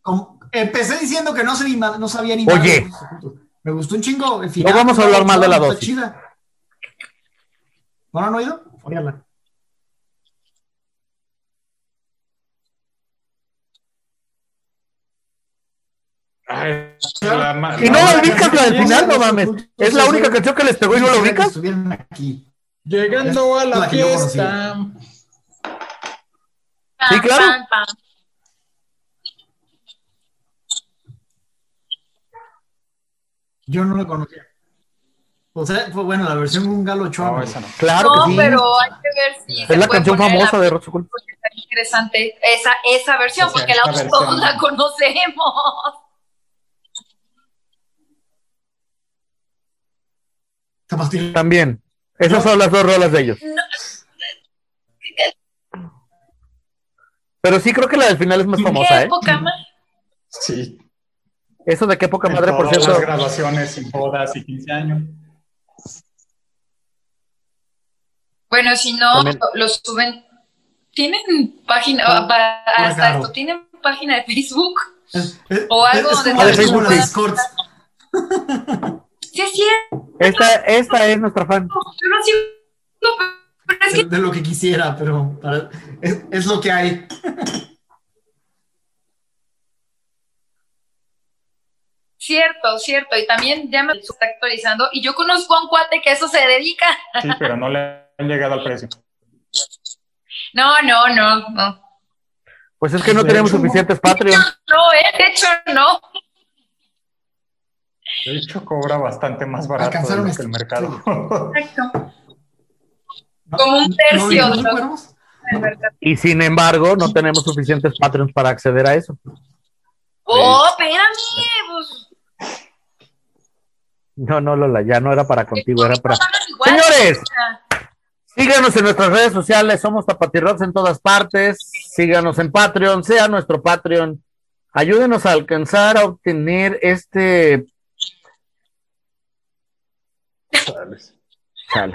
[SPEAKER 6] como- empecé diciendo que no, sé ni ma- no sabía ni
[SPEAKER 4] Oye.
[SPEAKER 6] nada. Me gustó un chingo. El final,
[SPEAKER 4] No vamos a hablar mal de la
[SPEAKER 6] Está
[SPEAKER 4] dosis.
[SPEAKER 6] chida. ¿No la han oído? Óigala.
[SPEAKER 5] Ay, la ma-
[SPEAKER 4] Y no
[SPEAKER 5] la-
[SPEAKER 4] la ubicas la del final, no mames. Es la única canción que les pegó y no la
[SPEAKER 6] que
[SPEAKER 4] ubicas.
[SPEAKER 6] estuvieran aquí.
[SPEAKER 5] Llegando a la,
[SPEAKER 6] La que yo
[SPEAKER 5] fiesta.
[SPEAKER 4] Sí, claro.
[SPEAKER 7] Pam,
[SPEAKER 6] Yo no la conocía. O sea, fue bueno, la versión un galo
[SPEAKER 5] No,
[SPEAKER 6] Ochoa.
[SPEAKER 5] esa no.
[SPEAKER 4] Claro
[SPEAKER 7] no,
[SPEAKER 4] que sí.
[SPEAKER 7] pero hay que ver si.
[SPEAKER 4] Es la canción famosa de Roxy Cool.
[SPEAKER 7] Porque está interesante esa, esa versión,
[SPEAKER 5] O sea,
[SPEAKER 7] porque la
[SPEAKER 5] esa
[SPEAKER 7] otra
[SPEAKER 5] versión.
[SPEAKER 7] todos la conocemos.
[SPEAKER 6] Tapatía.
[SPEAKER 4] También. Esas son las dos rolas de ellos. Pero sí creo que la del final es más famosa,
[SPEAKER 7] Qué
[SPEAKER 4] ¿eh?
[SPEAKER 7] época más.
[SPEAKER 5] Sí.
[SPEAKER 4] Eso de qué poca
[SPEAKER 5] En
[SPEAKER 4] madre, por
[SPEAKER 5] todas
[SPEAKER 4] cierto.
[SPEAKER 5] Las graduaciones y bodas y 15 años.
[SPEAKER 7] Bueno, si no,
[SPEAKER 4] También-
[SPEAKER 7] lo- lo suben. ¿Tienen página? ah, pa-
[SPEAKER 6] Hola,
[SPEAKER 7] hasta
[SPEAKER 6] Caro.
[SPEAKER 7] esto, ¿tienen página de Facebook?
[SPEAKER 6] Es- es-
[SPEAKER 7] O algo
[SPEAKER 6] es
[SPEAKER 7] de-
[SPEAKER 6] como
[SPEAKER 4] de
[SPEAKER 6] las- como
[SPEAKER 4] Facebook,
[SPEAKER 6] las
[SPEAKER 4] sí.
[SPEAKER 6] cortes.
[SPEAKER 7] Sí, es cierto,
[SPEAKER 4] Esta, esta es nuestra fan.
[SPEAKER 7] yo lo sigo. Pero es que
[SPEAKER 6] de lo que quisiera, pero para- es, es lo que hay.
[SPEAKER 7] cierto, cierto. Y también ya me está actualizando. Y yo conozco a un cuate que a eso se dedica.
[SPEAKER 5] Sí, pero no le han llegado al precio.
[SPEAKER 7] No, no, no, no.
[SPEAKER 4] Pues es que no tenemos suficientes Patreon.
[SPEAKER 7] No, eh, de hecho, no.
[SPEAKER 5] De hecho, cobra bastante más barato de
[SPEAKER 6] Alcanzaron
[SPEAKER 5] lo
[SPEAKER 6] este-
[SPEAKER 5] que el mercado.
[SPEAKER 7] Exacto. Como un tercio
[SPEAKER 6] ¿No,
[SPEAKER 7] de
[SPEAKER 6] no,
[SPEAKER 7] lo
[SPEAKER 6] cuervos?
[SPEAKER 7] que mercado.
[SPEAKER 4] Y sin embargo, no tenemos suficientes Patreons para acceder a eso.
[SPEAKER 7] Oh, espérame, pues.
[SPEAKER 4] No, no, Lola, ya no era para contigo, era para.
[SPEAKER 7] Pagan igual.
[SPEAKER 4] Señores.
[SPEAKER 7] O sea,
[SPEAKER 4] Síganos en nuestras redes sociales, somos Tapatirrox en todas partes. Síganos en Patreon, sea nuestro Patreon. Ayúdenos a alcanzar a obtener este. Chale.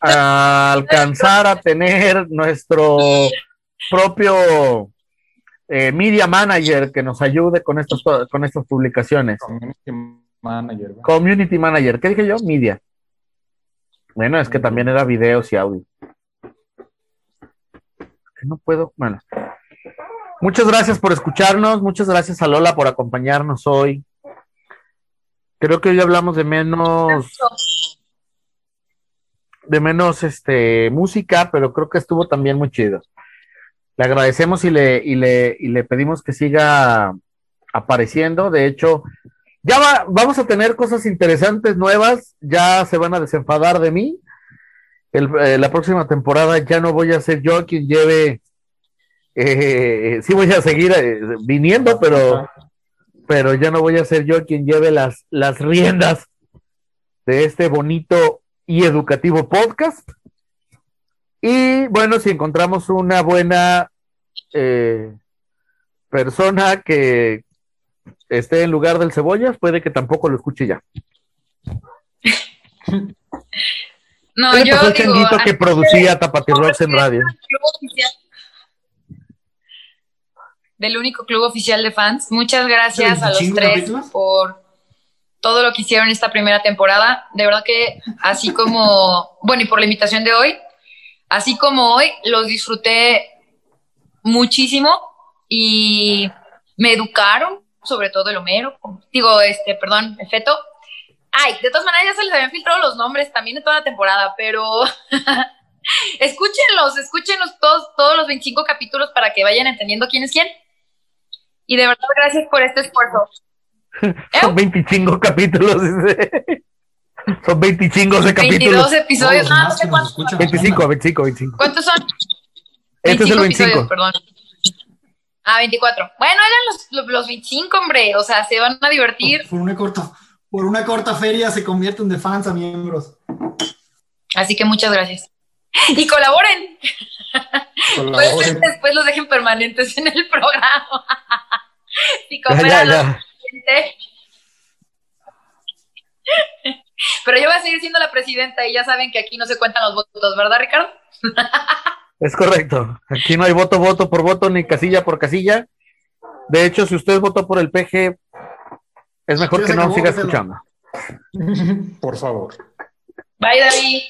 [SPEAKER 4] A alcanzar a tener nuestro propio eh, media manager que nos ayude con, estos, con estas publicaciones.
[SPEAKER 5] Community manager. güey.
[SPEAKER 4] Community manager. ¿Qué dije yo? Media. Bueno, es que también era videos y audio. Que No puedo. Bueno. Muchas gracias por escucharnos. Muchas gracias a Lola por acompañarnos hoy. Creo que hoy hablamos de menos, de menos este música, pero creo que estuvo también muy chido. Le agradecemos y le, y le, y le pedimos que siga apareciendo. De hecho, ya va- vamos a tener cosas interesantes nuevas, ya se van a desenfadar de mí. El- eh, la próxima temporada ya no voy a ser yo quien lleve, eh, sí voy a seguir eh, viniendo, pero, pero ya no voy a ser yo quien lleve las, las riendas de este bonito y educativo podcast. Y bueno, si encontramos una buena eh, persona que, esté en lugar del cebollas, puede que tampoco lo escuche ya.
[SPEAKER 7] No,
[SPEAKER 4] ¿Qué le
[SPEAKER 7] yo
[SPEAKER 4] pasó al pues,
[SPEAKER 7] digo, ah,
[SPEAKER 4] changuito que
[SPEAKER 7] antes-
[SPEAKER 4] producía Tapati Rocks en radio?
[SPEAKER 7] Club oficial. Del único club oficial de fans. Muchas gracias a los
[SPEAKER 6] ¿Veinticinco
[SPEAKER 7] tres
[SPEAKER 6] capítulos?
[SPEAKER 7] por todo lo que hicieron esta primera temporada. De verdad que así como, bueno, y por la invitación de hoy, así como hoy, los disfruté muchísimo y me educaron, sobre todo el Homero, digo, este, perdón, el Feto. Ay, de todas maneras ya se les habían filtrado los nombres también en toda la temporada, pero escúchenlos, escúchenlos todos, todos los 25 capítulos para que vayan entendiendo quién es quién. Y de verdad, gracias por este esfuerzo. ¿Eh?
[SPEAKER 4] Son 25 capítulos, dice. Son 25 de
[SPEAKER 7] 22
[SPEAKER 4] capítulos.
[SPEAKER 7] episodios,
[SPEAKER 6] Todos los
[SPEAKER 7] no,
[SPEAKER 6] demás
[SPEAKER 7] no
[SPEAKER 6] que
[SPEAKER 7] sé
[SPEAKER 6] nos
[SPEAKER 7] cuántos,
[SPEAKER 6] escuchan.
[SPEAKER 4] 25, 25, 25.
[SPEAKER 7] cuántos son.
[SPEAKER 4] Este es el
[SPEAKER 7] 25 episodios,
[SPEAKER 4] 25.
[SPEAKER 7] perdón. Ah, 24. Bueno, eran los, los 25, hombre. O sea, se van a divertir.
[SPEAKER 6] Por una corta, por una corta feria se convierten de fans a miembros.
[SPEAKER 7] Así que muchas gracias. Y colaboren. Puede
[SPEAKER 4] Pues,
[SPEAKER 7] ser
[SPEAKER 5] Colaboren.
[SPEAKER 7] que después los dejen permanentes en el programa. Si
[SPEAKER 4] Ya, ya,
[SPEAKER 7] cooperan los
[SPEAKER 4] ya.
[SPEAKER 7] presidente. Pero yo voy a seguir siendo la presidenta y ya saben que aquí no se cuentan los votos, ¿verdad, Ricardo?
[SPEAKER 4] Es correcto. Aquí no hay voto, voto por voto, ni casilla por casilla. De hecho, si usted votó por el PG, es mejor
[SPEAKER 6] Ya
[SPEAKER 4] que
[SPEAKER 6] se
[SPEAKER 4] no
[SPEAKER 6] acabó,
[SPEAKER 4] siga
[SPEAKER 6] Felo.
[SPEAKER 4] escuchando.
[SPEAKER 5] Por favor.
[SPEAKER 7] Bye, David.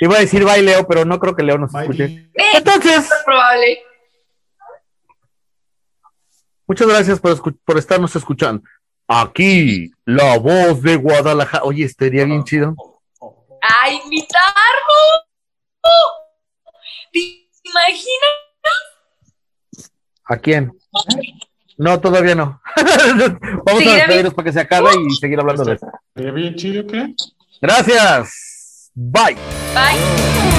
[SPEAKER 4] Iba a decir bye Leo, pero no creo que Leo nos
[SPEAKER 6] Bye,
[SPEAKER 4] escuche.
[SPEAKER 6] Lee.
[SPEAKER 4] Entonces,
[SPEAKER 7] Es probable.
[SPEAKER 4] muchas gracias por, escu- por estarnos escuchando. Aquí, la voz de Guadalajara. Oye, estaría bien chido.
[SPEAKER 7] ¡A invitarlo! ¿Te imaginas?
[SPEAKER 4] ¿A quién? No, todavía no. Vamos a
[SPEAKER 7] Seguirá
[SPEAKER 4] despedirnos para que se acabe y seguir hablando de eso.
[SPEAKER 5] ¿Qué bien chido que?
[SPEAKER 4] Gracias. Bye.
[SPEAKER 7] Bye.